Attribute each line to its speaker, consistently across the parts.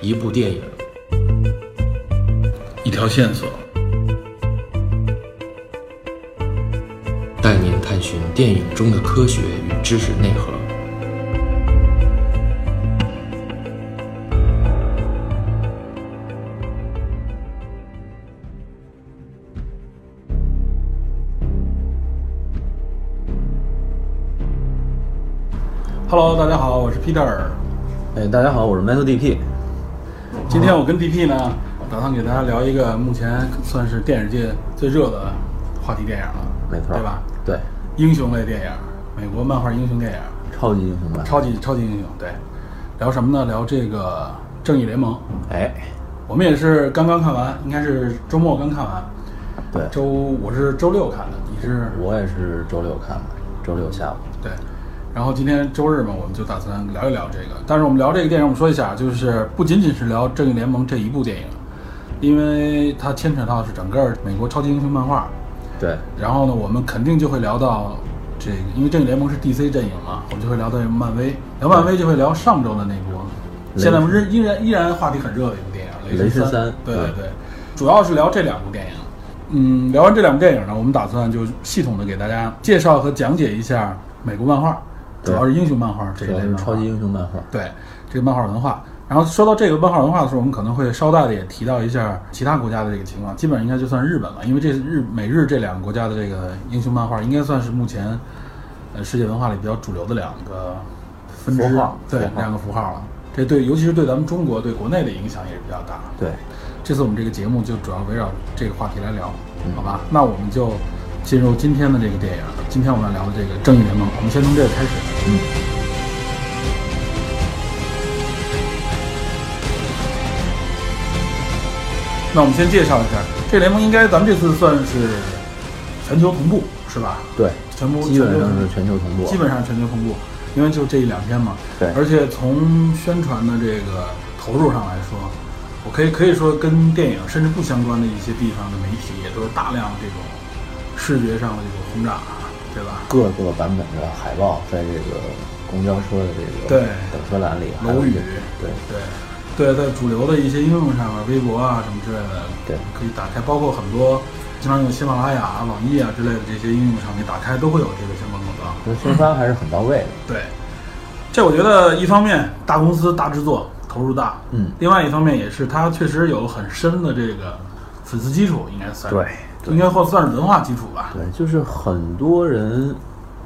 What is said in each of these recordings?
Speaker 1: 一部电影，
Speaker 2: 一条线索，
Speaker 1: 带您探寻电影中的科学与知识内核。
Speaker 2: Hello，大家好，我是 Peter。
Speaker 3: 哎，大家好，我是 Metal DP。
Speaker 2: 今天我跟 DP 呢，打算给大家聊一个目前算是电影界最热的话题电影了，
Speaker 3: 没错，
Speaker 2: 对吧？？
Speaker 3: 对，
Speaker 2: 英雄类电影，美国漫画英雄电影，
Speaker 3: 超级英雄吧。
Speaker 2: 超级超级英雄，对。聊什么呢？聊这个《正义联盟》，
Speaker 3: 哎，
Speaker 2: 我们也是刚刚看完，应该是周末刚看完，
Speaker 3: 对，
Speaker 2: 周我是周六看的，你是
Speaker 3: 我也是周六看的，周六下午。
Speaker 2: 对，然后今天周日嘛，我们就打算聊一聊这个。但是我们聊这个电影，我们说一下，就是不仅仅是聊《正义联盟》这一部电影，因为它牵扯到是整个美国超级英雄漫画。
Speaker 3: 对，
Speaker 2: 然后呢，我们肯定就会聊到这个，因为《正义联盟》是 DC 阵营嘛，我们就会聊到漫威。聊漫威就会聊上周的那部，
Speaker 3: 雷神
Speaker 2: 现在我们依然依然话题很热的一部电影《雷
Speaker 3: 雷神
Speaker 2: 三
Speaker 3: 三》。
Speaker 2: 对
Speaker 3: 对
Speaker 2: 对对，主要是聊这两部电影。嗯，聊完这两部电影呢，我们打算就系统的给大家介绍和讲解一下美国漫画，主
Speaker 3: 对
Speaker 2: 要是英雄漫画这一
Speaker 3: 主
Speaker 2: 类
Speaker 3: 要
Speaker 2: 漫画
Speaker 3: 是超级英雄漫画。
Speaker 2: 对这个漫画文化。然后说到这个漫画文化的时候，我们可能会捎带的也提到一下其他国家的这个情况，基本上应该就算日本了，因为这日美日这两个国家的这个英雄漫画，应该算是目前呃世界文化里比较主流的两个分支
Speaker 3: 符号
Speaker 2: 对
Speaker 3: 符号
Speaker 2: 两个符号了。这对，尤其是对咱们中国对国内的影响也是比较大。
Speaker 3: 对，
Speaker 2: 这次我们这个节目就主要围绕这个话题来聊，
Speaker 3: 嗯
Speaker 2: 好吧？那我们就进入今天的这个电影，今天我们要聊的这个《正义联盟》，我们先从这个开始。嗯。那我们先介绍一下，这联盟应该咱们这次算是全球同步是吧？
Speaker 3: 对，
Speaker 2: 全部
Speaker 3: 基本
Speaker 2: 全球
Speaker 3: 上
Speaker 2: 同步
Speaker 3: 是全球同步。
Speaker 2: 基本上全球同步，因为就这一两天嘛。
Speaker 3: 对
Speaker 2: 而且从宣传的这个投入上来说，我可以可以说跟电影甚至不相关的一些地方的媒体也都有大量这种视觉上的这种轰炸，啊对吧？
Speaker 3: 各个版本的海报在这个公交车的这个
Speaker 2: 对
Speaker 3: 等车栏里，还
Speaker 2: 楼
Speaker 3: 有
Speaker 2: 宇
Speaker 3: 这啊对
Speaker 2: 对对，在主流的一些应用上面，微博啊什么之类的，
Speaker 3: 对
Speaker 2: 可以打开，包括很多经常用喜马拉雅、啊、网易啊之类的这些应用上面打开都会有这个相关广告。
Speaker 3: 那宣发还是很到位的。
Speaker 2: 对，这我觉得一方面大公司大制作投入大，
Speaker 3: 嗯
Speaker 2: 另外一方面也是它确实有很深的这个粉丝基础，应该算是
Speaker 3: 对对
Speaker 2: 应该或算是文化基础吧。
Speaker 3: 对，就是很多人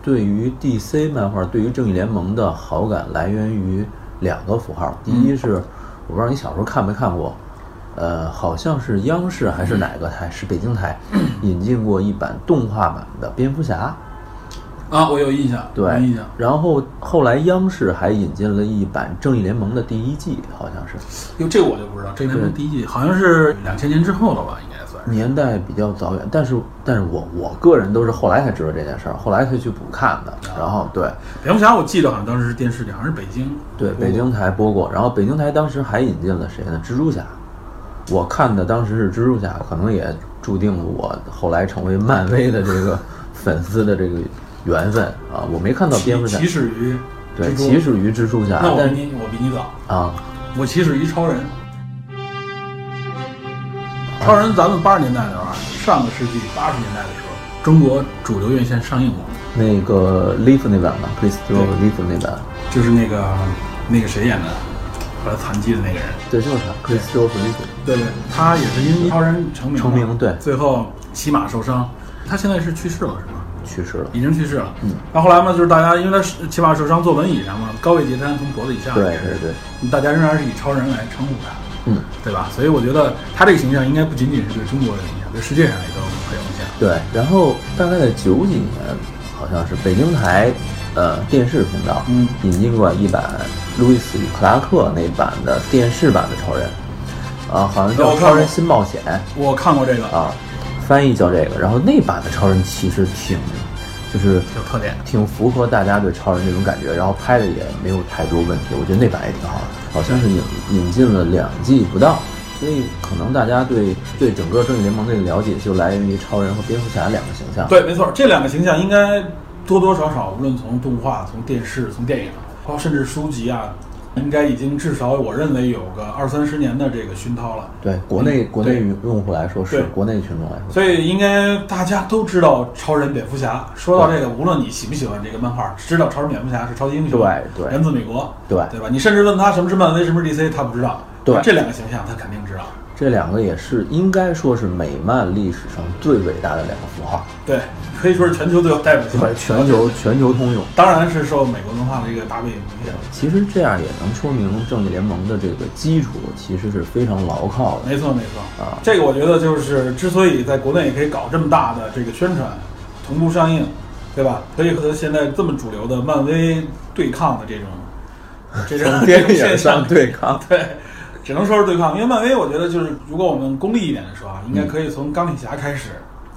Speaker 3: 对于 DC 漫画、对于正义联盟的好感来源于两个符号。第一是，我不知道你小时候看没看过，呃，好像是央视还是哪个台，是北京台引进过一版动画版的蝙蝠侠。
Speaker 2: 啊，我有印象，
Speaker 3: 对
Speaker 2: 有印象，，
Speaker 3: 然后后来央视还引进了一版《正义联盟》的第一季，好像是
Speaker 2: 因为这个我就不知道，这联盟第一季好像是两千年之后了吧，应该算是。
Speaker 3: 年代比较早远，但是但是我我个人都是后来才知道这件事儿，后来才去补看的。然后对，
Speaker 2: 蝙蝠侠我记得好像当时是电视里，好像是北京，
Speaker 3: 对，北京台播过，然后北京台当时还引进了谁呢？蜘蛛侠。我看的当时是蜘蛛侠，可能也注定了我后来成为漫威的这个粉丝的这个缘分啊！我没看到蝙蝠侠
Speaker 2: 起，始于
Speaker 3: 对，
Speaker 2: 蜘蛛
Speaker 3: 起始于蜘蛛侠
Speaker 2: 那，我
Speaker 3: 但
Speaker 2: 比你我比你早，
Speaker 3: 啊，
Speaker 2: 我起始于超人。超人，咱们八十年代的时候啊，上个世纪八十年代的时候，中国主流院线上映过，
Speaker 3: 那个 Leaf 那版吧 c h r i s t o
Speaker 2: 对
Speaker 3: Leaf 那版，
Speaker 2: 就是那个那个谁演的，后来残疾的那个人。
Speaker 3: 对，就是他 c h r i s t o Leaf，
Speaker 2: 对对，他也是因为超人成名嘛。
Speaker 3: 成名对
Speaker 2: 最后骑马受伤，他现在是去世了，是吗？
Speaker 3: 去世了。
Speaker 2: 已经去世了。嗯。然后后来嘛，就是大家因为他是骑马受伤，坐轮椅上嘛，高位截瘫，从脖子以下。
Speaker 3: 对对对，
Speaker 2: 大家仍然是以超人来称呼他。
Speaker 3: 嗯，
Speaker 2: 对吧？所以我觉得他这个形象应该不仅仅是对中国的影响，对世界上也都很有影响。
Speaker 3: 对，然后大概在九几年，好像是北京台，呃，电视频道，
Speaker 2: 嗯
Speaker 3: 引进过一版路易斯与克拉克那版的电视版的超人，啊，好像
Speaker 2: 我
Speaker 3: 叫
Speaker 2: 看
Speaker 3: 《超人
Speaker 2: 过
Speaker 3: 新冒险》
Speaker 2: 我看过这个，
Speaker 3: 啊，翻译叫这个。然后那版的超人其实挺，就是
Speaker 2: 有特点。
Speaker 3: 挺符合大家对超人这种感觉，然后拍的也没有太多问题，我觉得那版也挺好的，好像是引引进了两季不到。所以可能大家对对整个正义联盟这个了解，就来源于超人和蝙蝠侠两个形象。
Speaker 2: 对，没错，这两个形象应该多多少少，无论从动画、从电视、从电影，包括甚至书籍啊，应该已经至少我认为有个二三十年的这个熏陶了。
Speaker 3: 对国内国内用户来说
Speaker 2: 嗯
Speaker 3: 是
Speaker 2: 对，
Speaker 3: 国内群众来说，
Speaker 2: 所以应该大家都知道超人、蝙蝠侠。说到这个，无论你喜不喜欢这个漫画，知道超人、蝙蝠侠是超级英雄，
Speaker 3: 对对
Speaker 2: 源自美国，
Speaker 3: 对
Speaker 2: 对吧？你甚至问他什么是漫威，什么是 DC，他不知道。
Speaker 3: 对
Speaker 2: 这两个形象他肯定知道。
Speaker 3: 这两个也是应该说是美漫历史上最伟大的两个符号，
Speaker 2: 对，可以说是全球最有代表性。
Speaker 3: 全全球全球通用。
Speaker 2: 当然是受美国文化的一个大背景影响。
Speaker 3: 其实这样也能说明正义联盟的这个基础其实是非常牢靠的。
Speaker 2: 没错没错
Speaker 3: 啊
Speaker 2: 这个我觉得就是之所以在国内也可以搞这么大的这个宣传，同步上映，对吧？所以和现在这么主流的漫威对抗的这种 这种哎这种现象，
Speaker 3: 对抗，
Speaker 2: 对，只能说是对抗。因为漫威，我觉得就是如果我们功利一点的说啊，应
Speaker 3: 嗯
Speaker 2: 该可以从钢铁侠开始，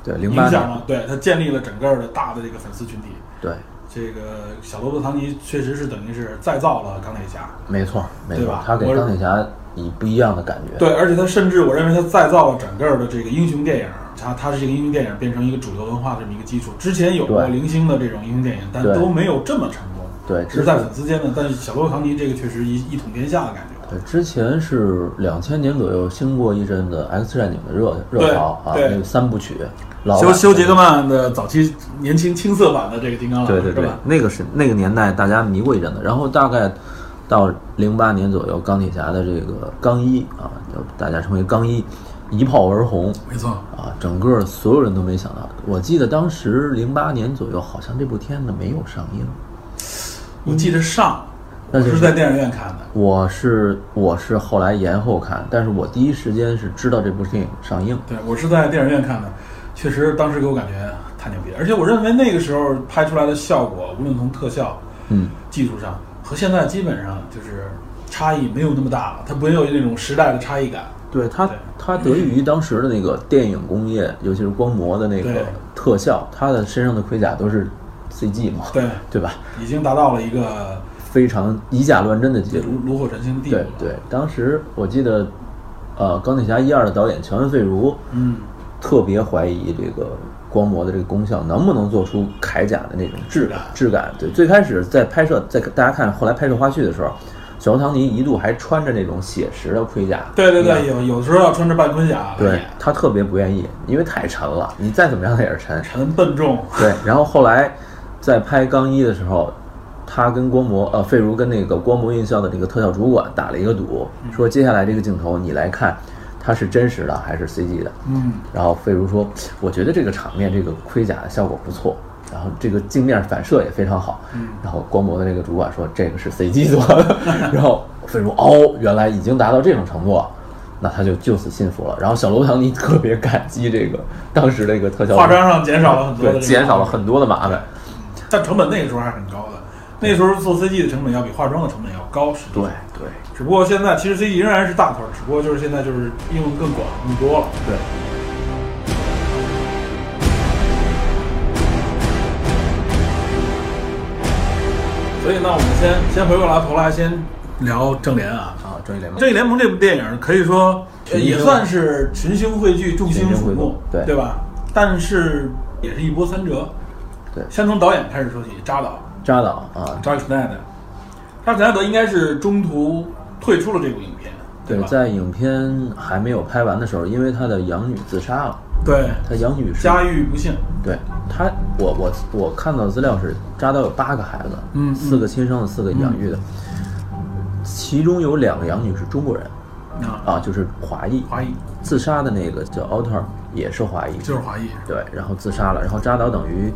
Speaker 3: 对零
Speaker 2: 影
Speaker 3: 八
Speaker 2: 响
Speaker 3: 年，
Speaker 2: 了，对他建立了整个的大的这个粉丝群体。
Speaker 3: 对，
Speaker 2: 这个小罗伯特·唐尼确实是等于是再造了钢铁侠，
Speaker 3: 没错没
Speaker 2: 对
Speaker 3: 错
Speaker 2: 吧，
Speaker 3: 他给
Speaker 2: 我是
Speaker 3: 钢铁侠以不一样的感觉。
Speaker 2: 对，而且他甚至我认为他再造了整个的这个英雄电影，他他是这个英雄电影变成一个主流文化的这么一个基础。之前有过
Speaker 3: 对
Speaker 2: 零星的这种英雄电影，但
Speaker 3: 对
Speaker 2: 都没有这么成功，
Speaker 3: 对，
Speaker 2: 只是
Speaker 3: 之
Speaker 2: 在粉丝间呢。但是小罗伯特唐尼这个确实一一统天下的感觉。
Speaker 3: 对之前是两千年左右兴过一阵子 X 战警的热热潮啊，
Speaker 2: 对对
Speaker 3: 那个三部曲，老
Speaker 2: 修
Speaker 3: 版
Speaker 2: 修杰克曼的早期年轻青涩版的这个金刚狼，
Speaker 3: 对对对
Speaker 2: 是吧，？
Speaker 3: 那个是那个年代大家迷过一阵子，然后大概到零八年左右，钢铁侠的这个钢一啊，就大家称为钢一，一炮而红
Speaker 2: 没错，
Speaker 3: 啊，整个所有人都没想到。我记得当时零八年左右，好像这部片子没有上映，
Speaker 2: 我记得上，我
Speaker 3: 嗯那就是
Speaker 2: 是在电影院看的。
Speaker 3: 我是我是后来延后看，但是我第一时间是知道这部电影上映。
Speaker 2: 对，我是在电影院看的，确实当时给我感觉太牛逼了，而且我认为那个时候拍出来的效果，无论从特效，
Speaker 3: 嗯，
Speaker 2: 技术上和现在基本上就是差异没有那么大了，它没有那种时代的差异感。
Speaker 3: 对它
Speaker 2: 对，
Speaker 3: 它得益于当时的那个电影 工业，尤其是光魔的那
Speaker 2: 对
Speaker 3: 个特效，它的身上的盔甲都是 CG 嘛，
Speaker 2: 对，
Speaker 3: 对吧？
Speaker 2: 已经达到了一个
Speaker 3: 非常以假乱真的记录。
Speaker 2: 炉炉火纯青的地步
Speaker 3: 对
Speaker 2: 了。
Speaker 3: 对，当时我记得，呃，《钢铁侠一二》的导演乔恩·费如
Speaker 2: 嗯，
Speaker 3: 特别怀疑这个光魔的这个功效能不能做出铠甲的那种质感。质感对，最开始在拍摄，在大家看后来拍摄花絮的时候，小罗唐尼一度还穿着那种写实的盔甲。
Speaker 2: 对对
Speaker 3: 你
Speaker 2: 对，
Speaker 3: 看。
Speaker 2: 有有时候要穿着半盔甲来
Speaker 3: 对
Speaker 2: 演，
Speaker 3: 他特别不愿意，因为太沉了，你再怎么样它也是沉。
Speaker 2: 沉笨重，
Speaker 3: 对，然后后来在拍《钢一》的时候，他跟光魔呃费如跟那个光魔院校的那个特效主管打了一个赌，说接下来这个镜头你来看，它是真实的还是 CG 的？
Speaker 2: 嗯，
Speaker 3: 然后费如说，我觉得这个场面这个盔甲的效果不错。然后这个镜面反射也非常好，然后光魔的这个主管说这个是 CG 做的，然后费如哦，原来已经达到这种程度了，那他就就此信服了。然后小罗唐尼特别感激这个当时这个特效
Speaker 2: 化妆上减少了很多的，
Speaker 3: 对，减少了，很多的麻烦。
Speaker 2: 但成本那个时候还是很高的。那时候做 CG 的成本要比化妆的成本要高，实际上
Speaker 3: 对对
Speaker 2: 只不过现在其实 CG 仍然是大头儿，只不过就是现在就是应用更广更多了。
Speaker 3: 对，
Speaker 2: 所以呢，我们先先回过来头来先聊正联啊。
Speaker 3: 啊，正义联
Speaker 2: 《
Speaker 3: 盟
Speaker 2: 正义联盟》这部电影可以说呃
Speaker 3: 群星
Speaker 2: 也算是群星汇聚、众星瞩
Speaker 3: 群星汇
Speaker 2: 目，
Speaker 3: 聚对
Speaker 2: 吧？但是也是一波三折。
Speaker 3: 对
Speaker 2: 先从导演开始说起，扎导
Speaker 3: 扎导啊，
Speaker 2: 扎克施奈德，扎克施奈德应该是中途退出了这部影片，
Speaker 3: 对，
Speaker 2: 吧？
Speaker 3: 在影片还没有拍完的时候，因为他的养女自杀了，
Speaker 2: 对，
Speaker 3: 他养女是，
Speaker 2: 家遇不幸，
Speaker 3: 对他，我我我看到的资料是扎导有八个孩子，
Speaker 2: 嗯嗯嗯
Speaker 3: 四个亲生的，四个养育的，其中有两个养女是中国人
Speaker 2: 啊，
Speaker 3: 啊，就是华裔，
Speaker 2: 华裔
Speaker 3: 自杀的那个叫奥特尔也是华裔，
Speaker 2: 就是华裔，
Speaker 3: 对，然后自杀了。然后扎导等于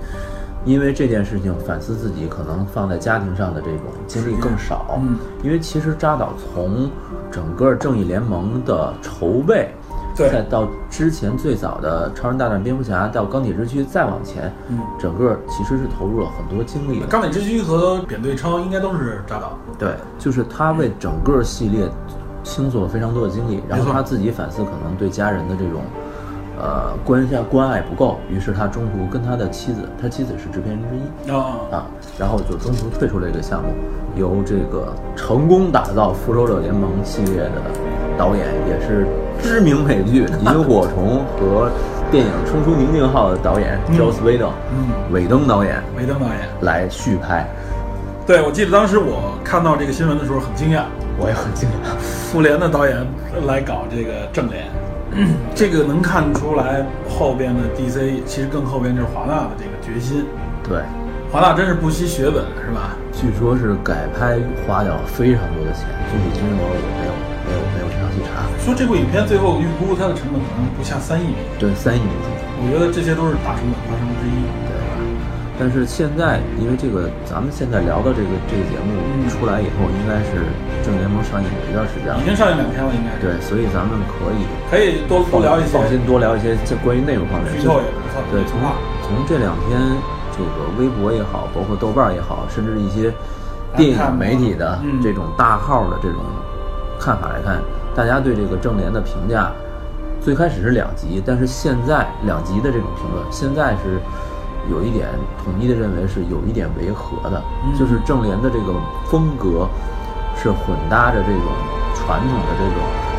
Speaker 3: 因为这件事情反思自己，可能放在家庭上的这种经历更少。
Speaker 2: 嗯，
Speaker 3: 因为其实扎导从整个正义联盟的筹备，
Speaker 2: 对
Speaker 3: 再到之前最早的超人大战蝙蝠侠，到钢铁之躯，再往前，
Speaker 2: 嗯
Speaker 3: 整个其实是投入了很多精力的。
Speaker 2: 钢铁之躯和扁鹊超应该都是扎导，
Speaker 3: 对，就是他为整个系列倾诉了非常多的精力，然
Speaker 2: 没
Speaker 3: 后
Speaker 2: 错
Speaker 3: 他自己反思可能对家人的这种呃关下关爱不够，于是他中途跟他的妻子，他妻子是制片人之一
Speaker 2: 啊，
Speaker 3: 啊，然后就中途退出了这个项目，由这个成功打造复仇者联盟系列的导演，也是知名美剧《萤火虫》和电影《冲出宁静嗯号》的导演 Joss Whedon，
Speaker 2: 嗯
Speaker 3: 韦登导演
Speaker 2: 梅登导演。
Speaker 3: 来续拍。
Speaker 2: 对，我记得当时我看到这个新闻的时候很惊讶，
Speaker 3: 我也很惊讶。
Speaker 2: 复联的导演来搞这个正联，这个能看出来后边的 DC 其实更后边就是华纳的这个决心，
Speaker 3: 对，
Speaker 2: 华纳真是不惜血本是吧？
Speaker 3: 据说是改拍花掉了非常多的钱，具体金额我没有没有没有详细查。
Speaker 2: 说这部影片最后预估它的成本可能不下三亿美金，
Speaker 3: 对，三亿美金。
Speaker 2: 我觉得这些都是大成本花生之一。
Speaker 3: 对吧？但是现在，因为这个，咱们现在聊到这个这个节目
Speaker 2: 嗯
Speaker 3: 出来以后，应该是《正义联盟》上映一段时间了
Speaker 2: 已，经上映两天了，应该是。
Speaker 3: 对，所以咱们可以
Speaker 2: 可以多多聊一些
Speaker 3: 放心多聊一些这关于内容方面。
Speaker 2: 剧透也不错
Speaker 3: 对，从
Speaker 2: 啊
Speaker 3: 从这两天这个微博也好，包括豆瓣儿也好，甚至一些电影媒体的
Speaker 2: 嗯
Speaker 3: 这种大号的这种看法来看，大家对这个正联的评价，最开始是两极，但是现在两极的这种评论，现在是。有一点统一的认为是有一点违和的，
Speaker 2: 嗯
Speaker 3: 就是正联的这个风格是混搭着这种传统的这种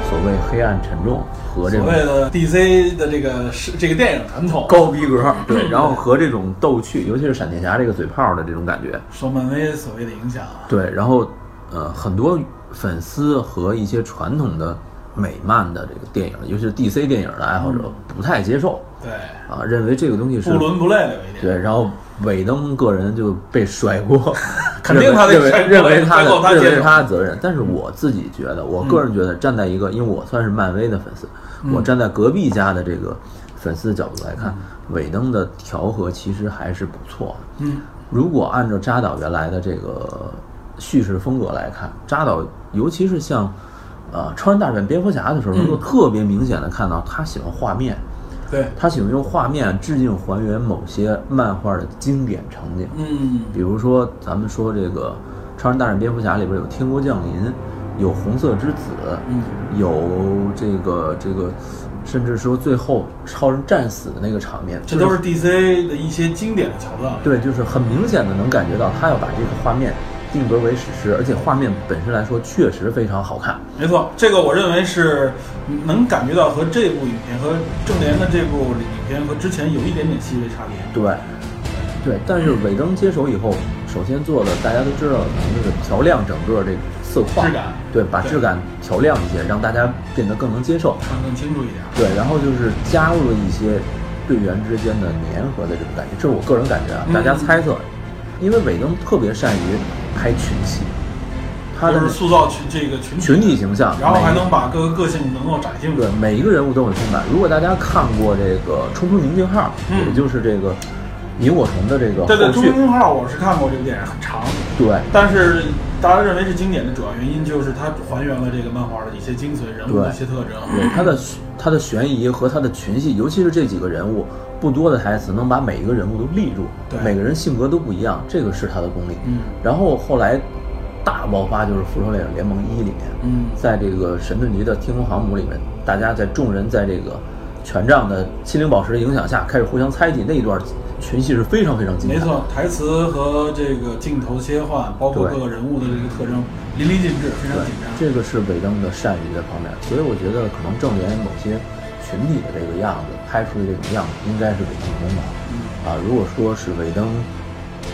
Speaker 3: 所谓黑暗沉重和这
Speaker 2: 所
Speaker 3: 种
Speaker 2: 谓的 DC 的这个是这个电影传统，
Speaker 3: 高逼格，对，然后和这种逗趣，尤其是闪电侠这个嘴炮的这种感觉，
Speaker 2: 受漫威所谓的影响，
Speaker 3: 对，然后呃，很多粉丝和一些传统的美漫的这个电影，尤其是 DC 电影的爱好者不太接受
Speaker 2: 对，
Speaker 3: 啊，认为这个东西是
Speaker 2: 不伦不类的有一点。
Speaker 3: 对，然后韦登个人就被 甩锅，
Speaker 2: 肯定他得
Speaker 3: 认
Speaker 2: 甩锅
Speaker 3: 为认为他
Speaker 2: 最后他
Speaker 3: 的认
Speaker 2: 接
Speaker 3: 为
Speaker 2: 受
Speaker 3: 他的责任。但是我自己觉得，我个
Speaker 2: 嗯
Speaker 3: 人觉得，站在一个，因为我算是漫威的粉丝，我站在隔壁家的这个粉丝的角度来看，韦登的调和其实还是不错的。
Speaker 2: 嗯，
Speaker 3: 如果按照扎导原来的这个叙事风格来看，扎导尤其是像呃超人大战蝙蝠侠的
Speaker 2: 嗯
Speaker 3: 时候，能够特别明显的看到他喜欢画面，
Speaker 2: 对，
Speaker 3: 他喜欢用画面致敬还原某些漫画的经典场景，
Speaker 2: 嗯，
Speaker 3: 比如说咱们说这个《超人大战蝙蝠侠》里边有天国降临，有红色之子，
Speaker 2: 嗯
Speaker 3: 有这个这个，甚至说最后超人战死的那个场面，
Speaker 2: 这都是 DC 的一些经典的桥段。
Speaker 3: 对，就是很明显的能感觉到他要把这个画面定格为史诗，而且画面本身来说确实非常好看。
Speaker 2: 没错，这个我认为是能感觉到和这部影片和正联的这部影片和之前有一点点细微差别。
Speaker 3: 对，对，但是尾灯接手以后，首先做的大家都知道，咱们这个调亮整个这个色块
Speaker 2: 质感
Speaker 3: 对，把
Speaker 2: 对
Speaker 3: 质感调亮一些，让大家变得更能接受。
Speaker 2: 看得更清楚一点。
Speaker 3: 对，然后就是加入了一些队员之间的粘合的这种感觉，这是我个人感觉啊，
Speaker 2: 嗯
Speaker 3: 大家猜测，因为尾灯特别善于拍群戏，他
Speaker 2: 就
Speaker 3: 的
Speaker 2: 是塑造群这个群体
Speaker 3: 群体形象，
Speaker 2: 然后还
Speaker 3: 每
Speaker 2: 能把各个个性能够展现出
Speaker 3: 对
Speaker 2: 来。
Speaker 3: 每一个人物都很丰满。如果大家看过这个《冲出宁静号》，
Speaker 2: 嗯
Speaker 3: 也就是这个萤火虫的这个
Speaker 2: 对对，《
Speaker 3: 后
Speaker 2: 中
Speaker 3: 续，
Speaker 2: 庸号》我是看过这个电影，很长，
Speaker 3: 对
Speaker 2: 但是大家认为是经典的主要原因就是它还原了这个漫画的一些精髓、人物的一些特征。
Speaker 3: 对，他的他的悬疑和他的群戏，尤其是这几个人物不多的台词，能把每一个人物都立住
Speaker 2: 对，
Speaker 3: 每个人性格都不一样，这个是他的功力。
Speaker 2: 嗯
Speaker 3: 然后后来大爆发就是《复仇者联盟一》里面，
Speaker 2: 嗯
Speaker 3: 在这个神盾局的天空航母里面，大家在众人在这个权杖的心灵宝石的影响下，开始互相猜忌，那一段群戏是非常非常精彩
Speaker 2: 没
Speaker 3: 的。
Speaker 2: 错，台词和这个镜头切换，包括
Speaker 3: 对
Speaker 2: 各个人物的这个特征，淋漓尽致，非常紧张。
Speaker 3: 这个是尾灯的善于的方面，所以我觉得可能正联某些群体的这个样子拍出的这种样子，应该是尾灯的功劳。
Speaker 2: 嗯
Speaker 3: 啊，如果说是尾灯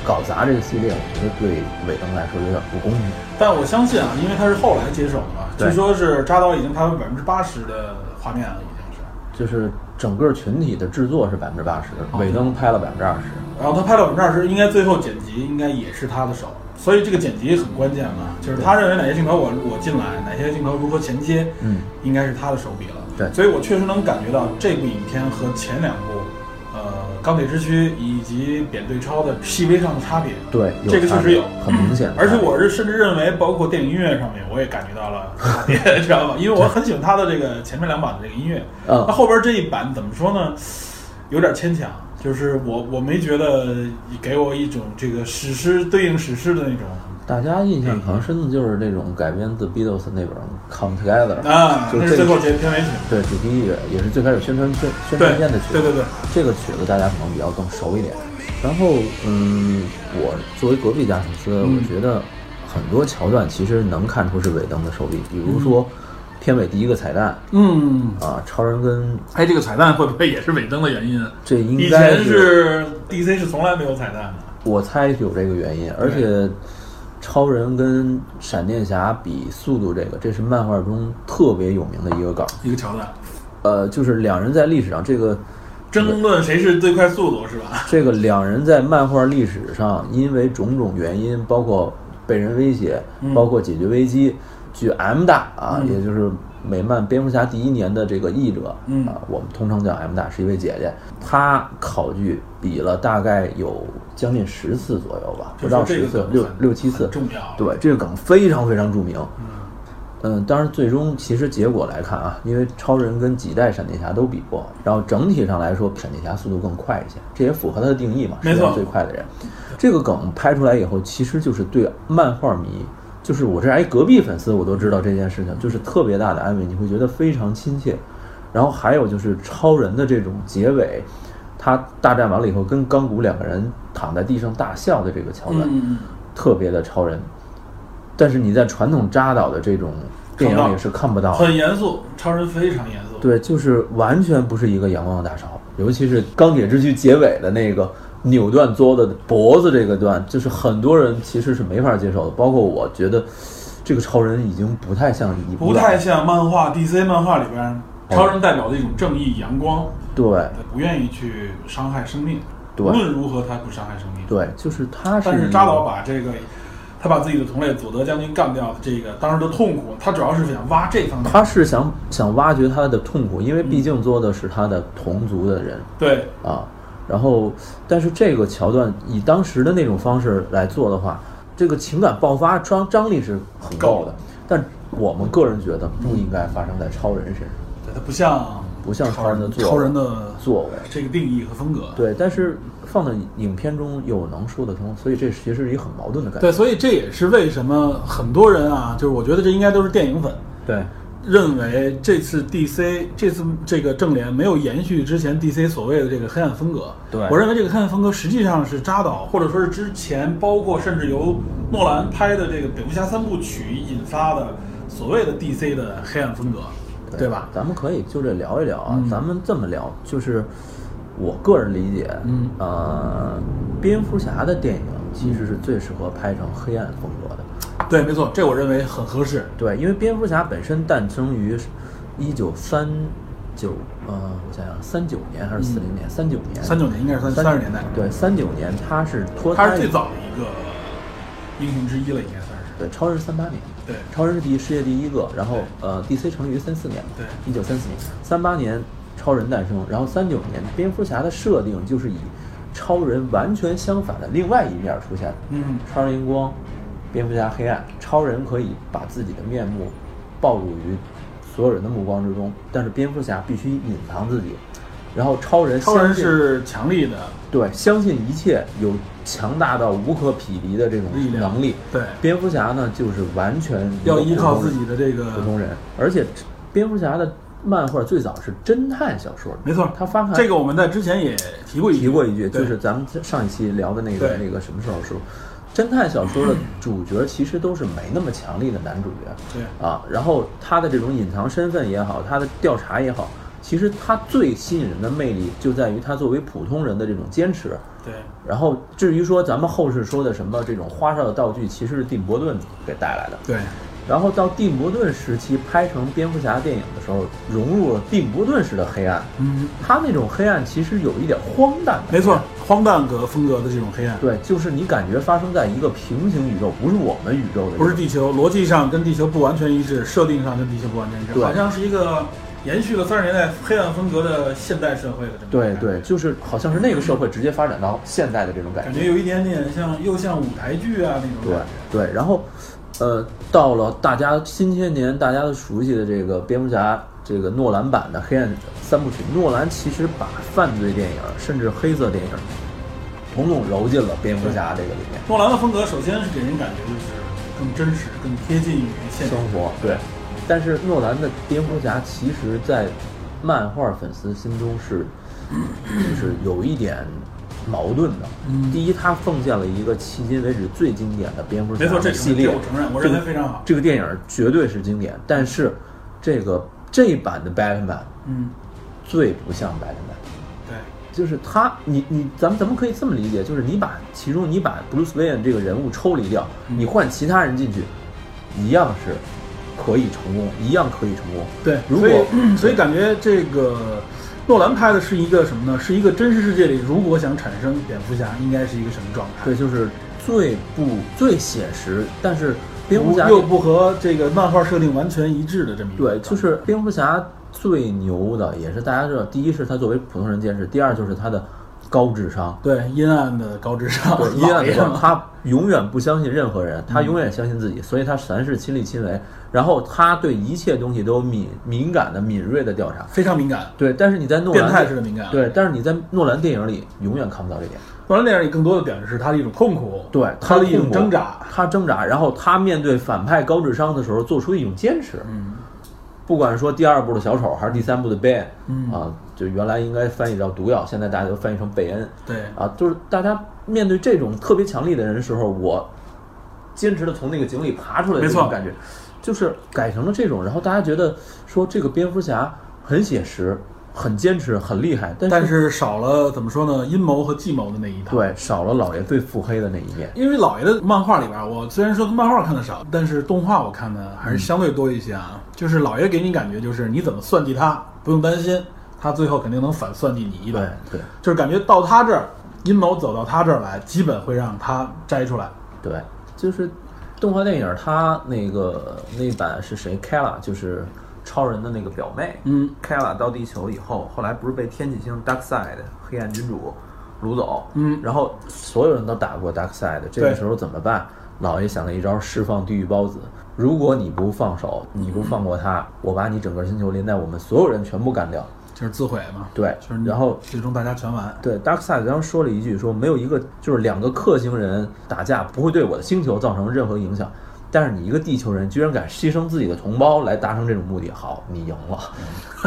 Speaker 3: 搞砸这个系列，我觉得对尾灯来说有点不公平。
Speaker 2: 但我相信啊，因为他是后来接手的嘛，
Speaker 3: 对
Speaker 2: 据说是扎导已经拍了百分之八十的画面了，已经是。
Speaker 3: 就是整个群体的制作是百分之八十，
Speaker 2: 哦
Speaker 3: 尾灯拍了百分之二十。
Speaker 2: 然后他拍到我们这儿时，应该最后剪辑应该也是他的手，所以这个剪辑很关键嘛，就是他认为哪些镜头我我进来，哪些镜头如何衔接，
Speaker 3: 嗯，
Speaker 2: 应该是他的手笔了。
Speaker 3: 对
Speaker 2: 所以我确实能感觉到这部影片和前两部，呃，《钢铁之躯》以及《扁对超》的细微上的差别。
Speaker 3: 对，有
Speaker 2: 这个
Speaker 3: 差
Speaker 2: 确实
Speaker 3: 别
Speaker 2: 有
Speaker 3: 很明显的差别。
Speaker 2: 而且我是甚至认为，包括电影音乐上面，我也感觉到了差别， 知道吗？因为我很喜欢他的这个前面两版的这个音乐，
Speaker 3: 嗯
Speaker 2: 那后边这一版怎么说呢？有点牵强，就是我我没觉得给我一种这个史诗对应史诗的那种
Speaker 3: 大家印象可能深的就是这种改编自 Beatles 那本《Come Together》
Speaker 2: 啊，
Speaker 3: 就
Speaker 2: 那是
Speaker 3: 这
Speaker 2: 最
Speaker 3: 个
Speaker 2: 后结片尾曲。
Speaker 3: 对主题乐，也是最开始宣传片宣
Speaker 2: 对
Speaker 3: 传片的曲子。
Speaker 2: 对对对，
Speaker 3: 这个曲子大家可能比较更熟一点。然后，嗯，我作为隔壁家粉丝，我觉得很多桥段其实能看出是尾灯的手笔，比如说片尾第一个彩蛋
Speaker 2: 嗯，
Speaker 3: 啊，超人跟
Speaker 2: 哎，这个彩蛋会不会也是尾灯的原因？啊
Speaker 3: 这
Speaker 2: 以
Speaker 3: 应该
Speaker 2: 前是 DC 是从来没有彩蛋的。
Speaker 3: 我猜是有这个原因，而且超人跟闪电侠比速度这个，这是漫画中特别有名的一个梗。
Speaker 2: 一个桥段，
Speaker 3: 呃，就是两人在历史上这个
Speaker 2: 争论谁是最快速度是吧？
Speaker 3: 这个两人在漫画历史上，因为种种原因，包括被人威胁，
Speaker 2: 嗯
Speaker 3: 包括解决危机，据 M 大啊，也就是美漫蝙蝠侠第一年的这个译者，
Speaker 2: 嗯
Speaker 3: 啊，我们通常叫 M 大，是一位姐姐，她考据比了大概有将近十次左右吧，不
Speaker 2: 就
Speaker 3: 到
Speaker 2: 说这
Speaker 3: 十
Speaker 2: 个
Speaker 3: 次，
Speaker 2: 梗
Speaker 3: 六
Speaker 2: 很
Speaker 3: 六七次
Speaker 2: 很，重要。
Speaker 3: 对，这个梗非常非常著名。
Speaker 2: 嗯
Speaker 3: 嗯，当然，最终其实结果来看啊，因为超人跟几代闪电侠都比过，然后整体上来说，闪电侠速度更快一些，这也符合他的定义嘛，
Speaker 2: 没
Speaker 3: 世
Speaker 2: 错
Speaker 3: 界上最快的人。这个梗拍出来以后，其实就是对漫画迷，就是我这样一隔壁粉丝，我都知道这件事情，就是特别大的安慰，你会觉得非常亲切。然后还有就是超人的这种结尾，他大战完了以后，跟钢骨两个人躺在地上大笑的这个桥段，
Speaker 2: 嗯，
Speaker 3: 特别的超人，但是你在传统扎导的这种电影里是看不
Speaker 2: 嗯
Speaker 3: 到的。
Speaker 2: 很严肃，超人非常严肃。，
Speaker 3: 啊对，就是完全不是一个阳光的大潮，尤其是《钢铁之躯》结尾的那个扭断作的脖子这个段，就是很多人其实是没法接受的，包括我觉得这个超人已经不太像以
Speaker 2: 不太像漫画 DC 漫画里
Speaker 3: 哦
Speaker 2: 边超人代表的一种正义阳光，
Speaker 3: 对
Speaker 2: 不愿意去伤害生命。
Speaker 3: 对
Speaker 2: 无论如何他不伤害生命。
Speaker 3: 对，就是他是
Speaker 2: 但是
Speaker 3: 一
Speaker 2: 扎
Speaker 3: 个
Speaker 2: 导把这个，他把自己的同类佐德将军干掉的这个当时的痛苦，他主要是想挖这方面。
Speaker 3: 他是想想挖掘他的痛苦，因为毕竟做的是他的同族的人，
Speaker 2: 对，
Speaker 3: 啊。然后，但是这个桥段以当时的那种方式来做的话，这个情感爆发张张力是很够的。但我们个人觉得不应该发生在超人身上，
Speaker 2: 对他不像
Speaker 3: 不像超人的作为
Speaker 2: 超人的
Speaker 3: 作为。
Speaker 2: 这个定义和风格。
Speaker 3: 对，但是放在影片中又能说得通，所以这其实是一个很矛盾的感觉。
Speaker 2: 对，所以这也是为什么很多人啊，就是我觉得这应该都是电影粉，
Speaker 3: 对，
Speaker 2: 认为这次 DC 这次这个正联没有延续之前 DC 所谓的这个黑暗风格。
Speaker 3: 对
Speaker 2: 我认为这个黑暗风格实际上是扎导，或者说是之前包括甚至由诺兰拍的这个蝙蝠侠三部曲引发的所谓的 DC 的黑暗风格，对吧？
Speaker 3: 咱们可以就这聊一聊啊，
Speaker 2: 嗯
Speaker 3: 咱们这么聊，就是我个人理解，
Speaker 2: 嗯
Speaker 3: 呃，蝙蝠侠的电影其实是最适合拍成黑暗风格的。
Speaker 2: 对，没错，这我认为很合适。
Speaker 3: 对，因为蝙蝠侠本身诞生于一九三九，呃，我想想，三九年还是四零年？三九年，
Speaker 2: 嗯三九年应该是三三十年代，
Speaker 3: 对，三九年他是脱胎，
Speaker 2: 他是最早的一个英雄之一了，应该算是。
Speaker 3: 对，超人三八年，
Speaker 2: 对
Speaker 3: 超人是第一世界第一个，然后呃，DC 成立于三四年嘛，
Speaker 2: 对
Speaker 3: 一九三四年，三八年超人诞生，然后三九年蝙蝠侠的设定就是以超人完全相反的另外一面出现的，
Speaker 2: 嗯，
Speaker 3: 超人荧光，蝙蝠侠黑暗，超人可以把自己的面目暴露于所有人的目光之中，但是蝙蝠侠必须隐藏自己，然后超人
Speaker 2: 超人
Speaker 3: 相信
Speaker 2: 是强力的，
Speaker 3: 对相信一切有强大到无可匹敌的这种
Speaker 2: 力量
Speaker 3: 能力，
Speaker 2: 对
Speaker 3: 蝙蝠侠呢就是完全一个
Speaker 2: 要依靠自己
Speaker 3: 普
Speaker 2: 的这
Speaker 3: 通
Speaker 2: 个
Speaker 3: 普通人，而且蝙蝠侠的漫画最早是侦探小说，
Speaker 2: 没错，
Speaker 3: 他发刊
Speaker 2: 这个我们在之前也提过一
Speaker 3: 提过一句，
Speaker 2: 对
Speaker 3: 就是咱们上一期聊的那个
Speaker 2: 对
Speaker 3: 那个什么时候说，侦探小说的主角其实都是没那么强力的男主角
Speaker 2: 对
Speaker 3: 啊，然后他的这种隐藏身份也好，他的调查也好，其实他最吸引人的魅力就在于他作为普通人的这种坚持。
Speaker 2: 对
Speaker 3: 然后至于说咱们后世说的什么这种花哨的道具，其实是蒂姆·伯顿给带来的。
Speaker 2: 对
Speaker 3: 然后到蒂姆·伯顿时期拍成蝙蝠侠电影的时候，融入了蒂姆·伯顿式的黑暗。
Speaker 2: 嗯，
Speaker 3: 他那种黑暗其实有一点荒诞的，
Speaker 2: 没错，荒诞格风格的这种黑暗，
Speaker 3: 对，就是你感觉发生在一个平行宇宙，不是我们宇宙的，
Speaker 2: 不是地球，逻辑上跟地球不完全一致，设定上跟地球不完全一致，
Speaker 3: 对
Speaker 2: 好像是一个延续了三十年代黑暗风格的现代社会的这么
Speaker 3: 对
Speaker 2: 一个
Speaker 3: 对，就是好像是那个社会直接发展到现代的这种感
Speaker 2: 感
Speaker 3: 觉，
Speaker 2: 觉有一点点像又像舞台剧啊那种
Speaker 3: 对
Speaker 2: 感觉，
Speaker 3: 对，然后，呃，到了大家新千年大家都熟悉的这个蝙蝠侠这个诺兰版的黑暗三部曲，诺兰其实把犯罪电影甚至黑色电影，统统揉进了蝙蝠侠这个里面。
Speaker 2: 诺兰的风格首先是给人感觉就是更真实、更贴近于现实
Speaker 3: 生，活。对，但是诺兰的蝙蝠侠其实，在漫画粉丝心中 是，就是有一点矛盾的。
Speaker 2: 嗯
Speaker 3: 第一，他奉献了一个迄今为止最经典的蝙蝠侠
Speaker 2: 没错这
Speaker 3: 的系列，
Speaker 2: 这我承认我认为
Speaker 3: 这个
Speaker 2: 非常好
Speaker 3: 这个电影绝对是经典，但是这个这一版的 Batman
Speaker 2: 嗯，
Speaker 3: 最不像 Batman。
Speaker 2: 对。
Speaker 3: 就是他，你你，咱们咱们可以这么理解，就是你把其中你把 Bruce Wayne 这个人物抽离掉，
Speaker 2: 嗯
Speaker 3: 你换其他人进去，一样是可以成功，一样可以成功。
Speaker 2: 对，
Speaker 3: 如
Speaker 2: 所
Speaker 3: 果嗯
Speaker 2: 以所以感觉这个诺兰拍的是一个什么呢？是一个真实世界里，如果想产生蝙蝠侠，应该是一个什么状态？
Speaker 3: 对，就是最不最写实，但是蝙蝠
Speaker 2: 不，
Speaker 3: 侠
Speaker 2: 又不和这个漫画设定完全一致的这么一个
Speaker 3: 对，
Speaker 2: 状态
Speaker 3: 就是蝙蝠侠最牛的，也是大家知道，第一是他作为普通人见识，第二就是他的高智商。
Speaker 2: 对阴暗的高智商，
Speaker 3: 对，阴暗
Speaker 2: 老爷
Speaker 3: 的
Speaker 2: 们嗯
Speaker 3: 他永远不相信任何人，他永远相信自己，所以他凡事亲力亲为。然后他对一切东西都有敏敏感的、敏锐的调查。
Speaker 2: 非常敏感，
Speaker 3: 对，但是你在诺
Speaker 2: 变
Speaker 3: 兰
Speaker 2: 态式的敏感。，
Speaker 3: 对，但是你在诺兰电影里永远看不到这点。
Speaker 2: 诺兰电影里更多的表现是他的一种痛苦，
Speaker 3: 对
Speaker 2: 他的一
Speaker 3: 痛
Speaker 2: 种
Speaker 3: 苦
Speaker 2: 挣扎。
Speaker 3: 他挣扎，然后他面对反派高智商的时候，做出一种坚持。
Speaker 2: 嗯，
Speaker 3: 不管是说第二部的小丑，还是第三部的贝恩，
Speaker 2: 嗯
Speaker 3: 啊，就原来应该翻译叫毒药，现在大家都翻译成贝恩
Speaker 2: 对，
Speaker 3: 啊，就是大家面对这种特别强力的人的时候，我坚持的从那个井里爬出来，
Speaker 2: 没
Speaker 3: 这
Speaker 2: 错
Speaker 3: 种感觉，就是改成了这种，然后大家觉得说这个蝙蝠侠很写实，很坚持，很厉害，但
Speaker 2: 但是少了怎么说呢？阴谋和计谋的那一套。
Speaker 3: 对少了老爷最腹黑的那一面，
Speaker 2: 因为老爷的漫画里边，我虽然说漫画看的少，但是动画我看的还是相对多一些啊。就是老爷给你感觉就是你怎么算计他，不用担心，他最后肯定能反算计你一
Speaker 3: 对
Speaker 2: 本。
Speaker 3: 对
Speaker 2: 就是感觉到他这儿，阴谋走到他这儿来，基本会让他摘出来。
Speaker 3: 对，就是动画电影它那个那版是谁开了，就是超人的那个表妹，
Speaker 2: 嗯，
Speaker 3: 凯拉到地球以后，后来不是被天启星 Darkseid 黑暗君主掳走，
Speaker 2: 嗯
Speaker 3: 然后所有人都打过 Darkseid，这
Speaker 2: 对
Speaker 3: 个时候怎么办？老爷想了一招，释放地狱孢子。如果你不放手，你不放过他，我把你整个星球连带我们所有人全部干掉。
Speaker 2: 就是自毁嘛。
Speaker 3: 对
Speaker 2: 就是，
Speaker 3: 然后
Speaker 2: 最终大家全完。
Speaker 3: 对 Darkseid 刚说了一句说没有一个就是两个克星人打架不会对我的星球造成任何影响，但是你一个地球人居然敢牺牲自己的同胞来达成这种目的，好，你赢了，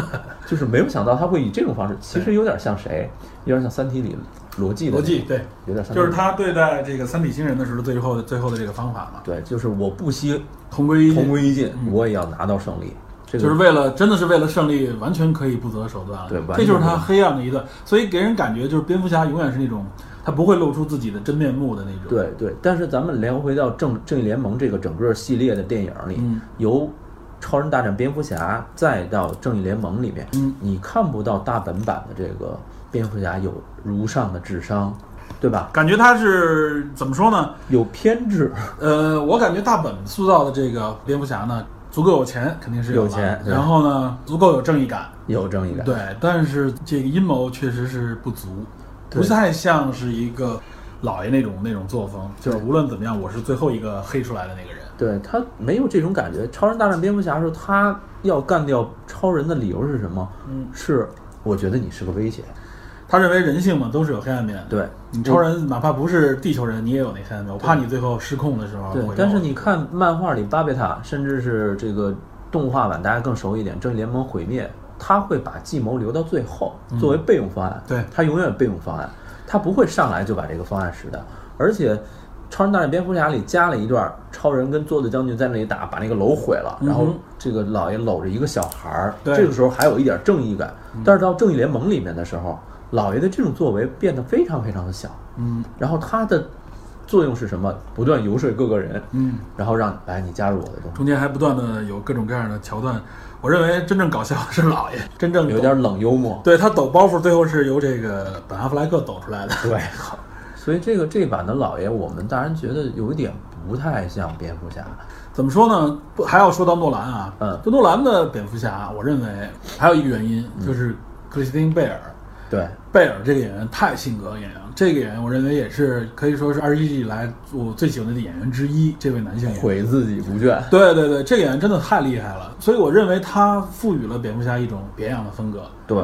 Speaker 2: 嗯
Speaker 3: 就是没有想到他会以这种方式，其实有点像谁，有点像《三体》里逻辑的
Speaker 2: 逻辑
Speaker 3: 那个
Speaker 2: 对，
Speaker 3: 有点像
Speaker 2: 就是他对待这个三体星人的时候，最后的最后的这个方法嘛，
Speaker 3: 对，就是我不惜
Speaker 2: 同归于尽
Speaker 3: 同归于尽，我也要拿到胜利，这个
Speaker 2: 就是为了真的是为了胜利，完全可以不择手段了。
Speaker 3: 对完全
Speaker 2: 这就是他
Speaker 3: 不
Speaker 2: 黑暗的一段，所以给人感觉就是蝙蝠侠永远是那种他不会露出自己的真面目的那种。，
Speaker 3: 对对，但是咱们聊回到正正义联盟这个整个系列的电影里，
Speaker 2: 嗯
Speaker 3: 由超人大战蝙蝠侠再到正义联盟里面，
Speaker 2: 嗯
Speaker 3: 你看不到大本版的这个蝙蝠侠有如上的智商，对吧？
Speaker 2: 感觉他是怎么说呢？
Speaker 3: 有偏执，
Speaker 2: 呃，我感觉大本塑造的这个蝙蝠侠呢，足够有钱肯定是
Speaker 3: 有
Speaker 2: 了
Speaker 3: 钱对
Speaker 2: 然后呢，足够有正义感，
Speaker 3: 有正义感。
Speaker 2: 对，但是这个阴谋确实是不足，不
Speaker 3: 对
Speaker 2: 太像是一个老爷那种那种作风，就是无论怎么样，我是最后一个黑出来的那个人。
Speaker 3: 对他没有这种感觉。超人大战蝙蝠侠的时候，他要干掉超人的理由是什么？
Speaker 2: 嗯，
Speaker 3: 是我觉得你是个威胁。
Speaker 2: 他认为人性嘛都是有黑暗面的，
Speaker 3: 对，
Speaker 2: 你超人哪怕不是地球人，你也有那黑暗面。我怕你最后失控的时啊候会
Speaker 3: 对
Speaker 2: 有。，
Speaker 3: 但是你看漫画里巴贝塔，甚至是这个动画版，大家更熟一点，《正义联盟毁灭》，他会把计谋留到最后，作为备用方案。
Speaker 2: 嗯对
Speaker 3: 他永远有备用方案，他不会上来就把这个方案使掉。而且，《超人大战蝙蝠侠》里加了一段，超人跟桌子将军在那里打，把那个楼毁了，然后
Speaker 2: 嗯哼
Speaker 3: 这个老爷搂着一个小孩儿，
Speaker 2: 对嗯
Speaker 3: 这个时候还有一点正义感。但是到《正义联盟》里面的时候，老爷的这种作为变得非常非常的小。
Speaker 2: 嗯
Speaker 3: 然后它的作用是什么？不断游说各个人，
Speaker 2: 嗯，
Speaker 3: 然后让来你加入我的东西，
Speaker 2: 中间还不断的有各种各样的桥段。我认为真正搞笑是老爷， 真正
Speaker 3: 有
Speaker 2: 抖
Speaker 3: 点冷幽默。
Speaker 2: 对他抖包袱，最后是由这个本阿弗莱克抖出来的。
Speaker 3: 对，所以这个这版的老爷，我们当然觉得有一点不太像蝙蝠侠。
Speaker 2: 怎么说呢？不还要说到诺兰啊，
Speaker 3: 嗯
Speaker 2: 就诺兰的蝙蝠侠，啊我认为还有一个原因就是克里斯汀贝尔。
Speaker 3: 对，
Speaker 2: 贝尔这个演员太性格演员了，这个演员我认为也是可以说是二十一世纪以来我最喜欢的演员之一。这位男性演员，
Speaker 3: 毁自己不倦。
Speaker 2: 对对对，这个演员真的太厉害了，所以我认为他赋予了蝙蝠侠一种别样的风格，
Speaker 3: 对，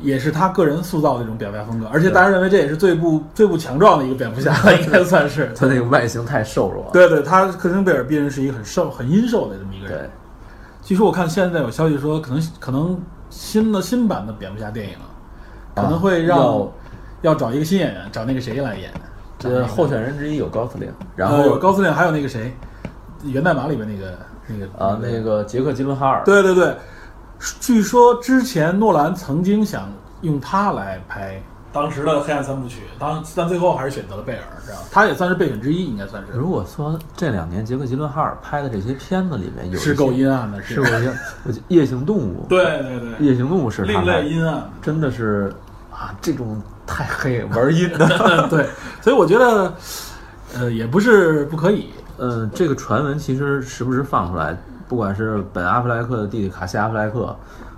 Speaker 2: 也是他个人塑造的一种蝙蝠侠风格，而且大家认为这也是最 不最不强壮的一个蝙蝠侠，应该算是。
Speaker 3: 他那个外形太瘦弱了。
Speaker 2: 对对，他克林贝尔毕竟是一个很瘦、很阴瘦的这么一个人
Speaker 3: 对。
Speaker 2: 据说我看现在有消息说，可能可能新的新版的蝙蝠侠电影，啊可能会让、
Speaker 3: 啊要
Speaker 2: 要找一个新演员，找那个谁来演。找那
Speaker 3: 这
Speaker 2: 个
Speaker 3: 候选人之一有高司令，然
Speaker 2: 呃
Speaker 3: 后
Speaker 2: 有高司令还有那个谁，《源代码》里边那个那个
Speaker 3: 啊，那个杰克·吉伦哈尔，
Speaker 2: 对对对，据说之前诺兰曾经想用他来拍当时的黑暗三部曲，当但最后还是选择了贝尔，这样他也算是备选之一，应该算是
Speaker 3: 如果说这两年杰克·吉伦哈尔拍的这些片子里面有一
Speaker 2: 是
Speaker 3: 些
Speaker 2: 够阴暗的，
Speaker 3: 是不 是？我觉得夜行动物，
Speaker 2: 对对对，
Speaker 3: 夜行动物是他
Speaker 2: 另
Speaker 3: 拍的
Speaker 2: 类阴暗，
Speaker 3: 真的是啊，这种太黑 玩阴的。
Speaker 2: 对，所以我觉得，呃，也不是不可以，
Speaker 3: 呃，这个传闻其实时不时放出来，不管是本阿弗莱克的弟弟卡西阿弗莱克，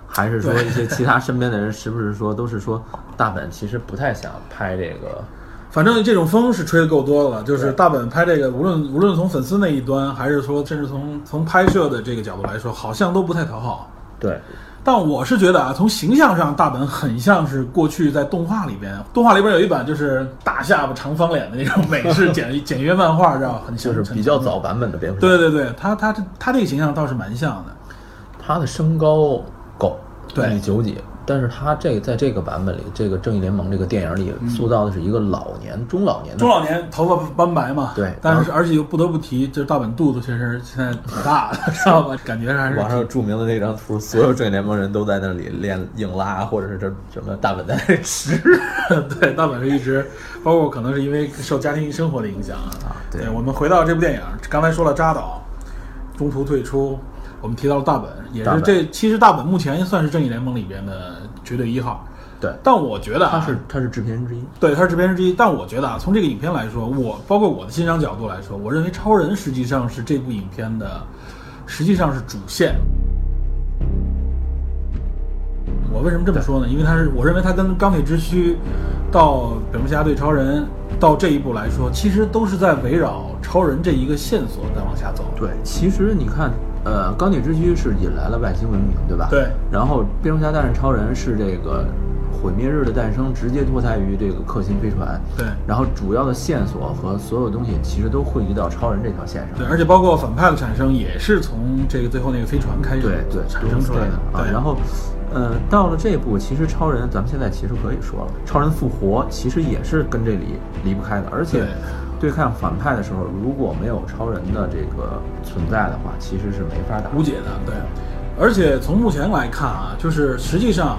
Speaker 3: 还是说一些其他身边的人，时不时说都是说大本其实不太想拍这个。
Speaker 2: 反正这种风是吹得够多了，就是大本拍这个，无论无论从粉丝那一端，还是说甚至从从拍摄的这个角度来说，好像都不太讨好。
Speaker 3: 对，
Speaker 2: 但我是觉得啊，从形象上，大本很像是过去在动画里边，动画里边有一版就是大下巴、长方脸的那种美式简简约漫画，知道吧很
Speaker 3: 就
Speaker 2: 像
Speaker 3: 是比较。早版本的蝙蝠。
Speaker 2: 很，对对对，他他他这个形象倒是蛮像的。
Speaker 3: 他的身高够，
Speaker 2: 对
Speaker 3: 一米九几。但是他这个在这个版本里，这个《正义联盟》这个电影
Speaker 2: 嗯
Speaker 3: 里塑造的是一个老年、中老年的
Speaker 2: 中老年头发斑白嘛，
Speaker 3: 对
Speaker 2: 但是而且又不得不提，就是大本肚子确实现在挺大的， 知道吧？感觉还是
Speaker 3: 网上有著名的那张图，所有正义联盟人都在那里练硬拉，或者是这什么大本在那里吃。
Speaker 2: 对，大本是一直，包括可能是因为受家庭生活的影响啊
Speaker 3: 对
Speaker 2: 我们回到这部电影，刚才说了扎导中途退出，我们提到了大本，也
Speaker 3: 大
Speaker 2: 是
Speaker 3: 本
Speaker 2: 这其实大本目前算是正义联盟里边的绝对一号，
Speaker 3: 对，
Speaker 2: 但我觉得啊
Speaker 3: 他是他是制片人之一。
Speaker 2: 对，他是制片人之一。但我觉得啊，从这个影片来说，我包括我的欣赏角度来说，我认为超人实际上是这部影片的，实际上是主线。我为什么这么说呢？因为他是，我认为他跟钢铁之躯到蝙蝠侠对超人到这一步来说，其实都是在围绕超人这一个线索在往下走。
Speaker 3: 对，其实你看，呃，钢铁之躯是引来了外星文明，对吧？
Speaker 2: 对。
Speaker 3: 然后蝙蝠侠大战超人是这个毁灭日的诞生，直接脱胎于这个克星飞船。
Speaker 2: 对
Speaker 3: 然后主要的线索和所有东西其实都汇聚到超人这条线上。
Speaker 2: 对，而且包括反派的产生也是从这个最后那个飞船开始
Speaker 3: 对对，
Speaker 2: 产生出来的。
Speaker 3: 啊。
Speaker 2: 对，
Speaker 3: 然后，呃，到了这一步，其实超人，咱们现在其实可以说了，超人复活其实也是跟这里离不开的。而且
Speaker 2: 对，
Speaker 3: 对抗反派的时候，如果没有超人的这个存在的话，其实是没法打。
Speaker 2: 无解的，对。而且从目前来看啊，就是实际上，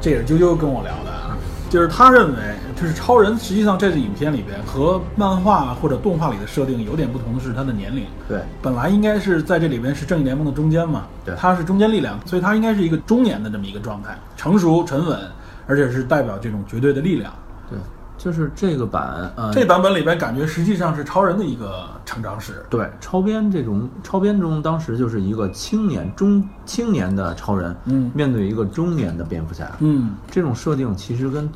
Speaker 2: 这也是啾啾跟我聊的啊，就是他认为，就是超人实际上这个影片里边和漫画或者动画里的设定有点不同的是他的年龄。
Speaker 3: 对
Speaker 2: 本来应该是在这里边是正义联盟的中间嘛，
Speaker 3: 对
Speaker 2: 他是中间力量，所以他应该是一个中年的这么一个状态，成熟沉稳，而且是代表这种绝对的力量。
Speaker 3: 对，就是这个版，呃，
Speaker 2: 这版本里边感觉实际上是超人的一个成长史，
Speaker 3: 对超编这种超编中，当时就是一个青年中青年的超人，
Speaker 2: 嗯
Speaker 3: 面对一个中年的蝙蝠侠，
Speaker 2: 嗯，
Speaker 3: 这种设定其实跟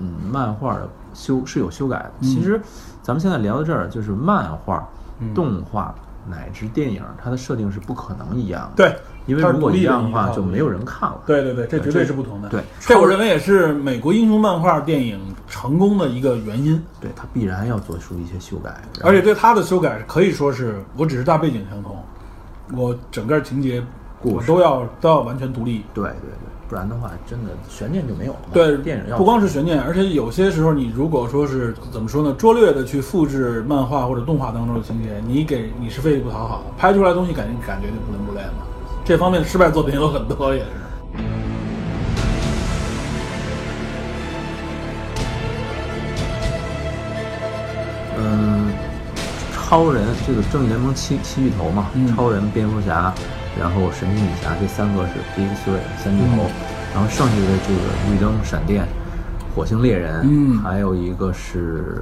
Speaker 3: 嗯漫画的修是有修改
Speaker 2: 嗯
Speaker 3: 的。其实咱们现在聊到这儿，就是漫画、
Speaker 2: 嗯
Speaker 3: 动画乃至电影，它的设定是不可能一样的。
Speaker 2: 对，
Speaker 3: 因为
Speaker 2: 它是
Speaker 3: 如果
Speaker 2: 独立
Speaker 3: 一
Speaker 2: 的
Speaker 3: 样的
Speaker 2: 一
Speaker 3: 话，
Speaker 2: 套
Speaker 3: 就没有人看了。
Speaker 2: 对对对，这
Speaker 3: 对
Speaker 2: 绝
Speaker 3: 这
Speaker 2: 对是不同的。
Speaker 3: 对
Speaker 2: 这我认为也是美国英雄漫画电影成功的一个原因，
Speaker 3: 对，它必然要做出一些修改。然后
Speaker 2: 而且对它的修改可以说是，我只是大背景相同，我整个情节
Speaker 3: 故
Speaker 2: 我
Speaker 3: 事
Speaker 2: 都要都要完全独立。
Speaker 3: 对对对，不然的话，真的悬念就没有了嘛。
Speaker 2: 对，
Speaker 3: 电影要
Speaker 2: 不光是悬念，而且有些时候你如果说是怎么说呢，拙劣的去复制漫画或者动画当中的情节，你给你是费力不讨好的，拍出来的东西感觉感觉就不伦不类了。这方面的失败作品有很多 也是。
Speaker 3: 嗯，超人这个正义联盟七七巨头嘛，
Speaker 2: 嗯
Speaker 3: 超人、蝙蝠侠，然后神奇女侠这三个是 Big Three 三巨
Speaker 2: 嗯
Speaker 3: 头，然后剩下的这个绿灯、闪电、火星猎人，
Speaker 2: 嗯
Speaker 3: 还有一个是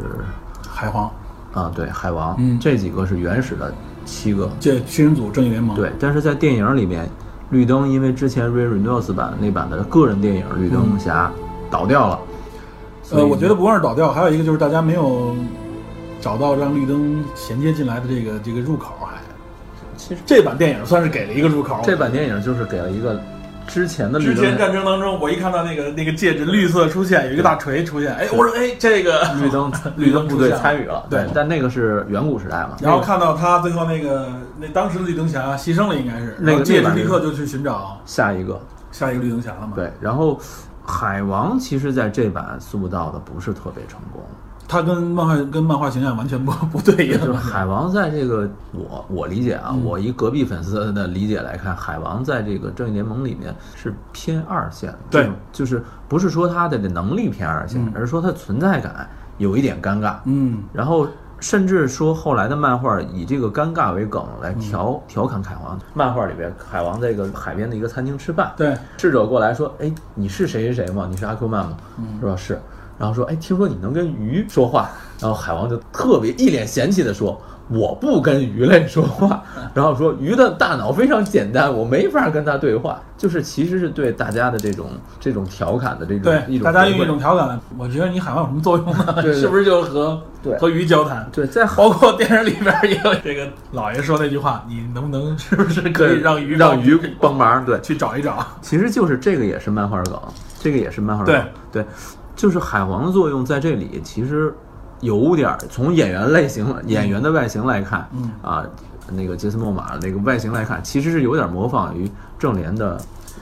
Speaker 2: 海皇，
Speaker 3: 啊对海王，
Speaker 2: 嗯
Speaker 3: 这几个是原始的七个，
Speaker 2: 这七人组正义联盟，
Speaker 3: 对，但是在电影里面，绿灯因为之前 Ray Reynolds 版那版的个人电影绿灯侠
Speaker 2: 嗯
Speaker 3: 倒掉了，所以
Speaker 2: 呃，我觉得不光是倒掉，还有一个就是大家没有找到让绿灯衔接进来的这个这个入口，还
Speaker 3: 其实
Speaker 2: 这版电影算是给了一个入口。
Speaker 3: 这版电影就是给了一个之前的绿
Speaker 2: 之
Speaker 3: 灯
Speaker 2: 前战争当中，我一看到那个那个戒指绿色出现，有一个大锤出现，哎，我说哎这个
Speaker 3: 绿灯
Speaker 2: 绿
Speaker 3: 绿
Speaker 2: 灯
Speaker 3: 灯
Speaker 2: 部
Speaker 3: 部
Speaker 2: 队
Speaker 3: 队
Speaker 2: 参
Speaker 3: 参
Speaker 2: 与
Speaker 3: 与
Speaker 2: 了
Speaker 3: 了，
Speaker 2: 对
Speaker 3: 但那个是远古时代嘛。
Speaker 2: 然后看到他最后那个那当时的绿灯侠牺牲了，应该是
Speaker 3: 那个
Speaker 2: 然后戒
Speaker 3: 那
Speaker 2: 指
Speaker 3: 版是
Speaker 2: 立刻就去寻找
Speaker 3: 下一个，
Speaker 2: 下一个绿灯侠了嘛？
Speaker 3: 对，然后海王其实在这版塑造的不是特别成功，
Speaker 2: 它跟漫画跟漫画形象完全不不对
Speaker 3: 就是
Speaker 2: 应。
Speaker 3: 海王在这个我我理解啊，
Speaker 2: 嗯
Speaker 3: 我一隔壁粉丝的理解来看，海王在这个正义联盟里面是偏二线，
Speaker 2: 对
Speaker 3: 就是，就是不是说他的这能力偏二线，而是说他存在感有一点尴尬，
Speaker 2: 嗯，
Speaker 3: 然后甚至说后来的漫画以这个尴尬为梗来调、
Speaker 2: 嗯
Speaker 3: 调侃海王。漫画里边，海王在一个海边的一个餐厅吃饭，
Speaker 2: 对，
Speaker 3: 智者过来说：“哎，你是谁谁谁吗？你是阿 Q 曼吗？
Speaker 2: 嗯
Speaker 3: 是吧？是。”然后说：“哎，听说你能跟鱼 说话。”然后海王就特别一脸嫌弃的说：“我不跟鱼类说话。” 然后说：“鱼的大脑非常简单，我没法跟它对话。”就是其实是对大家的这种这种调侃的这种
Speaker 2: 对，
Speaker 3: 一
Speaker 2: 大
Speaker 3: 种
Speaker 2: 家
Speaker 3: 回
Speaker 2: 用
Speaker 3: 馈
Speaker 2: 一种调侃，我觉得你海王有什么作用呢？
Speaker 3: 对对
Speaker 2: 是不是就是和
Speaker 3: 对
Speaker 2: 和鱼交谈？
Speaker 3: 对在
Speaker 2: 包括电影里边儿也有这个老爷说那句话，你能不能是不是可以让鱼
Speaker 3: 让鱼帮忙对。
Speaker 2: 去找一找？
Speaker 3: 其实就是这个也是漫画梗，这个也是漫画梗。对就是海王的作用在这里，其实有点儿从演员类型、演员的外形来看，
Speaker 2: 嗯
Speaker 3: 啊，那个杰森·莫玛那个外形来看，其实是有点模仿于正联的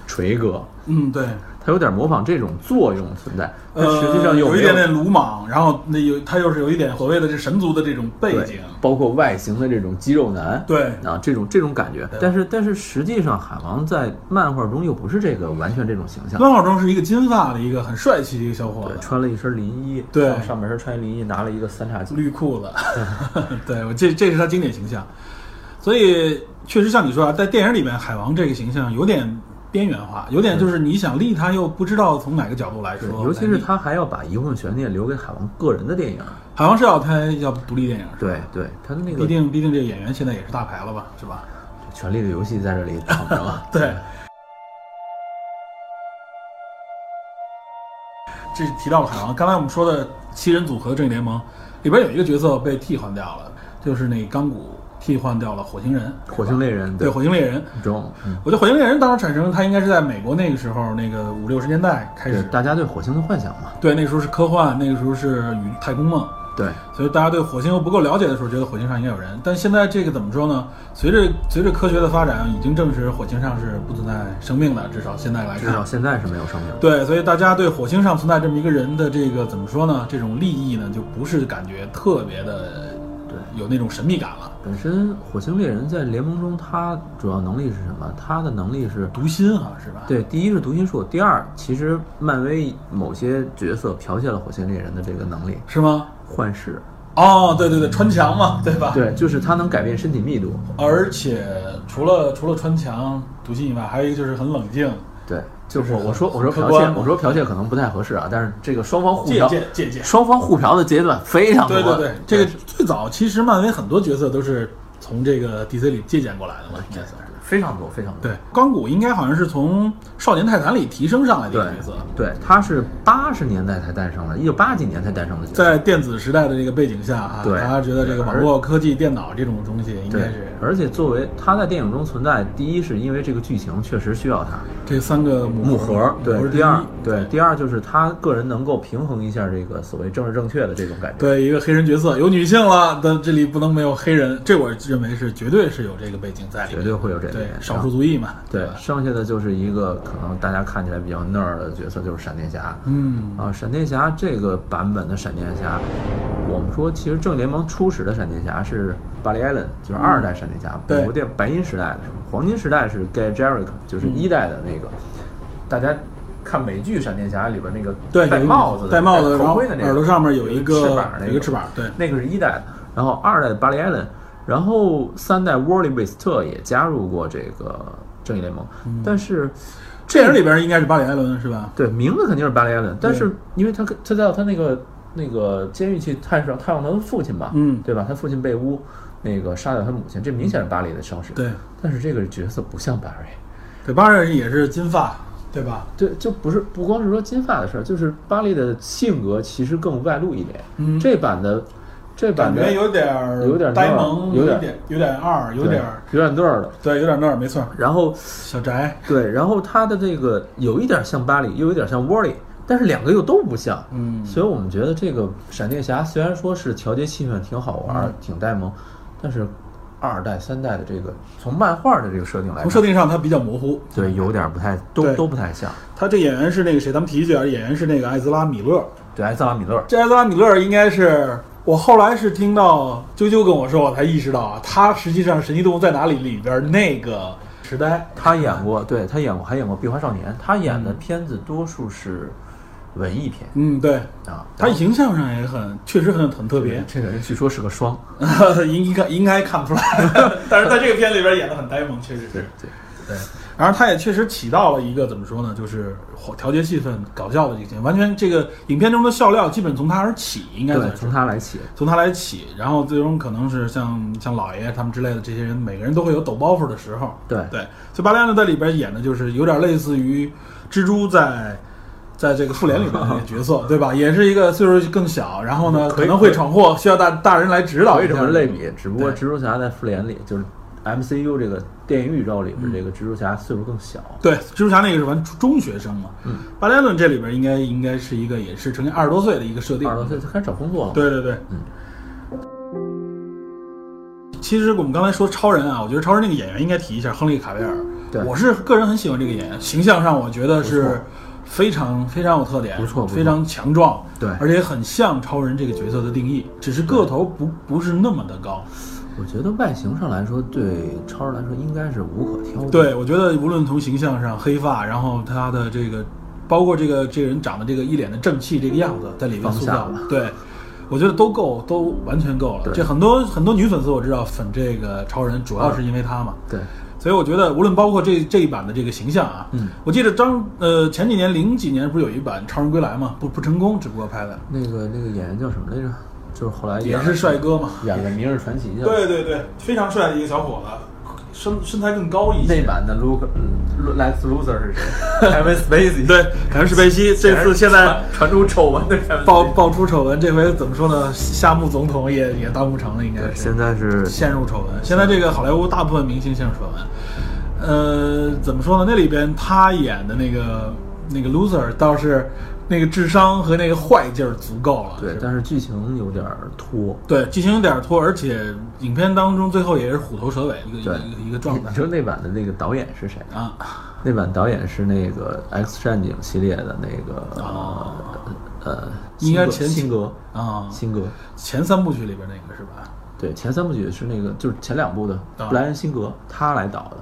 Speaker 3: 锤哥，
Speaker 2: 嗯，对，
Speaker 3: 他有点模仿这种作用存在，但
Speaker 2: 呃，
Speaker 3: 实际上又
Speaker 2: 有
Speaker 3: 没
Speaker 2: 一点点鲁莽，然后那有他又是有一点所谓的这神族的这种背
Speaker 3: 对
Speaker 2: 景，，
Speaker 3: 包括外形的这种肌肉男，
Speaker 2: 对
Speaker 3: 啊，这种这种感觉
Speaker 2: 对。
Speaker 3: 但是但是实际上，海王在漫画中又不是这个完全这种形象。
Speaker 2: 漫画中是一个金发的一个很帅气的一个小伙
Speaker 3: 对，
Speaker 2: 子，
Speaker 3: 穿了一身林衣，
Speaker 2: 对
Speaker 3: 上上半身穿一林衣，拿了一个三叉戟。
Speaker 2: 绿裤 子，对我这这是他经典形象，所以确实像你说啊，在电影里面，海王这个形象有点边缘化，有点就是你想立他又不知道从哪个角度来
Speaker 3: 对
Speaker 2: 说，，
Speaker 3: 尤其是
Speaker 2: 来立
Speaker 3: 他还要把一部分悬念留给海王个人的电影。
Speaker 2: 海王是要拍要独立电影，是吧
Speaker 3: 对对，他的那
Speaker 2: 毕
Speaker 3: 个《
Speaker 2: 竟毕竟这个演员现在也是大牌了吧，是吧？。
Speaker 3: 权力的游戏》在这里躺着嘛
Speaker 2: 对。这提到了海王，刚才我们说的七人组合的正义联盟里边有一个角色被替换掉了，就是那钢骨替换掉了火星人，
Speaker 3: 火星猎人，
Speaker 2: 对火星猎人。
Speaker 3: 中，嗯，
Speaker 2: 我觉得火星猎人当时产生，它应该是在美国那个时候，那个五六十年代开
Speaker 3: 对
Speaker 2: 始，
Speaker 3: 大家对火星的幻想嘛。
Speaker 2: 对，那个时候是科幻，那个时候是与太空梦，
Speaker 3: 对，
Speaker 2: 所以大家对火星又不够了解的时候，觉得火星上应该有人。但现在这个怎么说呢？随着随着科学的发展，已经证实火星上是不存在生命的，至少现在来
Speaker 3: 至
Speaker 2: 看
Speaker 3: 少。现在是没有生命的。
Speaker 2: 对，所以大家对火星上存在这么一个人的这个怎么说呢？这种利益呢，就不是感觉特别的，
Speaker 3: 对
Speaker 2: 有那种神秘感了。
Speaker 3: 本身火星猎人在联盟中，他主要能力是什么？他的能力是
Speaker 2: 读心啊，是吧？
Speaker 3: 对，第一是读心术，第二，其实漫威某些角色剽窃了火星猎人的这个能力，
Speaker 2: 是吗？
Speaker 3: 幻视。
Speaker 2: 哦，对对对，穿墙嘛，对吧？。
Speaker 3: 对，就是他能改变身体密度。
Speaker 2: 而且除了除了穿墙、读心以外，还有一个就是很冷静，
Speaker 3: 对，就是
Speaker 2: 就是
Speaker 3: 我我说我说
Speaker 2: 客
Speaker 3: 剽
Speaker 2: 观
Speaker 3: 窃，我说剽窃可能不太合适啊，但是这个双方互
Speaker 2: 借
Speaker 3: 嫖，
Speaker 2: 鉴借鉴。
Speaker 3: 双方互嫖的阶段非常
Speaker 2: 对
Speaker 3: 多。
Speaker 2: 对对，这个最早其实漫威很多角色都是从这个 DC 里借鉴过来的嘛，应该算是。
Speaker 3: 非常多，非常多。
Speaker 2: 对，钢骨应该好像是从少年泰坦里提升上来的一个角色，
Speaker 3: 对，他是八十年代才诞生的，一九八几年才诞生的角色。
Speaker 2: 在电子时代的这个背景下哈、
Speaker 3: 对
Speaker 2: 大家觉得这个网络科技、电脑这种东西应该
Speaker 3: 对
Speaker 2: 是，
Speaker 3: 而且作为他在电影中存在，第一是因为这个剧情确实需要他，
Speaker 2: 这三个母
Speaker 3: 母
Speaker 2: 盒
Speaker 3: 盒
Speaker 2: 儿，
Speaker 3: 对
Speaker 2: 母盒，儿之
Speaker 3: 第二
Speaker 2: 一
Speaker 3: 对第二就是他个人能够平衡一下这个所谓政治正确的这种感觉。
Speaker 2: 对一个黑人角色有女性了，但这里不能没有黑人，这我认为是绝对是有这个背景在里
Speaker 3: 绝
Speaker 2: 面，
Speaker 3: 对会有这个
Speaker 2: 对
Speaker 3: 原因
Speaker 2: 少数族裔嘛，
Speaker 3: 对
Speaker 2: 吧，
Speaker 3: 剩下的就是一个可能大家看起来比较那儿的角色，就是闪电侠。
Speaker 2: 嗯，
Speaker 3: 啊，闪电侠这个版本的闪电侠，我们说其实正联盟初始的闪电侠是巴里·艾伦，就是二代闪电侠，
Speaker 2: 嗯对
Speaker 3: 美国电白银时代的时候，黄金时代是 Guy Jericho，就是
Speaker 2: 嗯
Speaker 3: 一代的那个，大家。看美剧《闪电侠》里边那个
Speaker 2: 对，
Speaker 3: 戴
Speaker 2: 有一个
Speaker 3: 帽子的、
Speaker 2: 戴帽子，
Speaker 3: 戴
Speaker 2: 然
Speaker 3: 头
Speaker 2: 后
Speaker 3: 盔的那个，
Speaker 2: 耳朵上面有
Speaker 3: 一
Speaker 2: 一个
Speaker 3: 翅膀那
Speaker 2: 有一个翅膀，对，
Speaker 3: 那个是一代的，然后二代的巴里·艾伦，然后三代沃利·韦斯特也加入过这个正义联盟，
Speaker 2: 嗯
Speaker 3: 但是
Speaker 2: 电影里边应该是巴里·艾伦是吧？
Speaker 3: 对，名字肯定是巴里·艾伦，但是因为他跟他叫他那个那个监狱去探视探望他的父亲嘛，
Speaker 2: 嗯
Speaker 3: 对吧？他父亲被诬那个杀掉他母亲，这明显是巴里的伤势。
Speaker 2: 对，
Speaker 3: 但是这个角色不像巴里，
Speaker 2: 对，巴里也是金发，对吧？
Speaker 3: 对，就不是不光是说金发的事儿，就是巴里的性格其实更外露一点。
Speaker 2: 嗯
Speaker 3: 这版的这版
Speaker 2: 感
Speaker 3: 的
Speaker 2: 觉有点儿
Speaker 3: 有点儿
Speaker 2: 呆萌，
Speaker 3: 有点儿
Speaker 2: 有点有点二，有
Speaker 3: 对
Speaker 2: 点儿
Speaker 3: 有点那儿的，
Speaker 2: 对，有点那儿，没错儿，
Speaker 3: 然后
Speaker 2: 小宅，
Speaker 3: 对，然后他的这个有一点像巴里，又有点像沃里，但是两个又都不像。
Speaker 2: 嗯，
Speaker 3: 所以我们觉得这个闪电侠虽然说是调节气氛挺好玩儿、挺呆萌，但是二代、三代的这个从漫画的这个设定来
Speaker 2: 从
Speaker 3: 看，
Speaker 2: 设定上他比较模糊。
Speaker 3: 对有点不太
Speaker 2: 对
Speaker 3: 都都不太像。
Speaker 2: 他这演员是那个谁，咱们提一句啊，演员是那个艾兹拉·米勒，
Speaker 3: 对艾萨拉米勒，
Speaker 2: 这艾泽拉米勒应该是我后来是听到啾啾跟我说，我才意识到啊，他实际上《神奇动物在哪里》里边那个时代，
Speaker 3: 他演过，对他演过，还演过《壁花少年》，他演的片子多数是文艺片
Speaker 2: 嗯，对，
Speaker 3: 啊，
Speaker 2: 他形象上也很，确实很很特别，
Speaker 3: 这个人据说是个双，
Speaker 2: 应该应该看不出来， 但是在这个片里边演的很呆萌，确实是。
Speaker 3: 对，
Speaker 2: 对，然后他也确实起到了一个怎么说呢，就是调节气氛、搞笑的这些，完全这个影片中的笑料基本从他而起，应该怎
Speaker 3: 对，
Speaker 2: 么说
Speaker 3: 从？他来起，
Speaker 2: 从他来起，然后最终可能是像像老爷他们之类的这些人，每个人都会有抖包袱的时候。
Speaker 3: 对
Speaker 2: 对，所以巴莱呢在里边演的就是有点类似于蜘蛛在在这个复联里边的那个角色，对吧？也是一个岁数更小，然后呢
Speaker 3: 可
Speaker 2: 可
Speaker 3: 以
Speaker 2: 能会闯祸，需要大大人来指导
Speaker 3: 可以
Speaker 2: 一
Speaker 3: 这
Speaker 2: 下。
Speaker 3: 么类比，只不过
Speaker 2: 对
Speaker 3: 蜘蛛侠在复联里就是 MCU 这个电影宇宙里边，这个蜘蛛侠岁数更小，
Speaker 2: 对，蜘蛛侠那个是完中学生嘛，
Speaker 3: 嗯，
Speaker 2: 巴莱伦这里边应该应该是一个也是成年二十多岁的一个设定，
Speaker 3: 二十多岁就开始找工作了嘛，
Speaker 2: 对对对，
Speaker 3: 嗯。
Speaker 2: 其实我们刚才说超人啊，我觉得超人那个演员应该提一下亨利卡维尔。
Speaker 3: 对
Speaker 2: 我是个人很喜欢这个演员，形象上我觉得
Speaker 3: 不
Speaker 2: 是
Speaker 3: 错
Speaker 2: 非常非常有特点，
Speaker 3: 不错不错
Speaker 2: 非常强壮，
Speaker 3: 对
Speaker 2: 而且很像超人这个角色的定义，只是个头不不是那么的高。
Speaker 3: 我觉得外形上来说，对超人来说应该是无可挑剔，
Speaker 2: 对，我觉得无论从形象上，黑发，然后他的这个，包括这个这个人长得这个一脸的正气这个样子，在里面
Speaker 3: 放
Speaker 2: 塑
Speaker 3: 下
Speaker 2: 造
Speaker 3: 了，
Speaker 2: 对，我觉得都够，都完全够了。
Speaker 3: 对
Speaker 2: 这很多很多女粉丝我知道粉这个超人，主要是因为他嘛。
Speaker 3: 对，
Speaker 2: 所以我觉得，无论包括这这一版的这个形象啊，
Speaker 3: 嗯，
Speaker 2: 我记得张呃前几年零几年不是有一版《超人归来》嘛，不不成功，只不过拍的
Speaker 3: 那个那个演员叫什么来着？就是后来
Speaker 2: 也
Speaker 3: 演
Speaker 2: 是帅哥嘛，
Speaker 3: 演了《明日传奇》去了，
Speaker 2: 对对对，非常帅的一个小伙子，身身材更高一些。
Speaker 3: 那版的 Luke 嗯 Lex Luthor 是谁？Kevin Spacey
Speaker 2: 对，凯文·史贝西这次现在
Speaker 3: 传传出丑闻的 Kevin
Speaker 2: 爆
Speaker 3: Spacey
Speaker 2: 爆出丑闻，这回怎么说呢？夏目总统也也当不成了，应该
Speaker 3: 对
Speaker 2: 是
Speaker 3: 现在是
Speaker 2: 陷入丑闻。现在这个好莱坞大部分明星陷入丑闻。呃，怎么说呢？那里边他演的那个那个 loser 倒是那个智商和那个坏劲儿足够了。
Speaker 3: 对，
Speaker 2: 是吧
Speaker 3: 但是剧情有点儿拖。
Speaker 2: 对，剧情有点拖，而且影片当中最后也是虎头蛇尾一个一个一个一
Speaker 3: 对
Speaker 2: 个状态
Speaker 3: 你说那版的那个导演是谁？
Speaker 2: 啊。
Speaker 3: 那版导演是那个《X 战警》系列的那个、
Speaker 2: 哦
Speaker 3: 呃，
Speaker 2: 应该前
Speaker 3: 辛格
Speaker 2: 几
Speaker 3: 辛格
Speaker 2: 啊
Speaker 3: 辛格，
Speaker 2: 前三部曲里边那个是吧？
Speaker 3: 对，前三部曲是那个就是前两部的
Speaker 2: 啊
Speaker 3: 布莱恩辛格他来导的，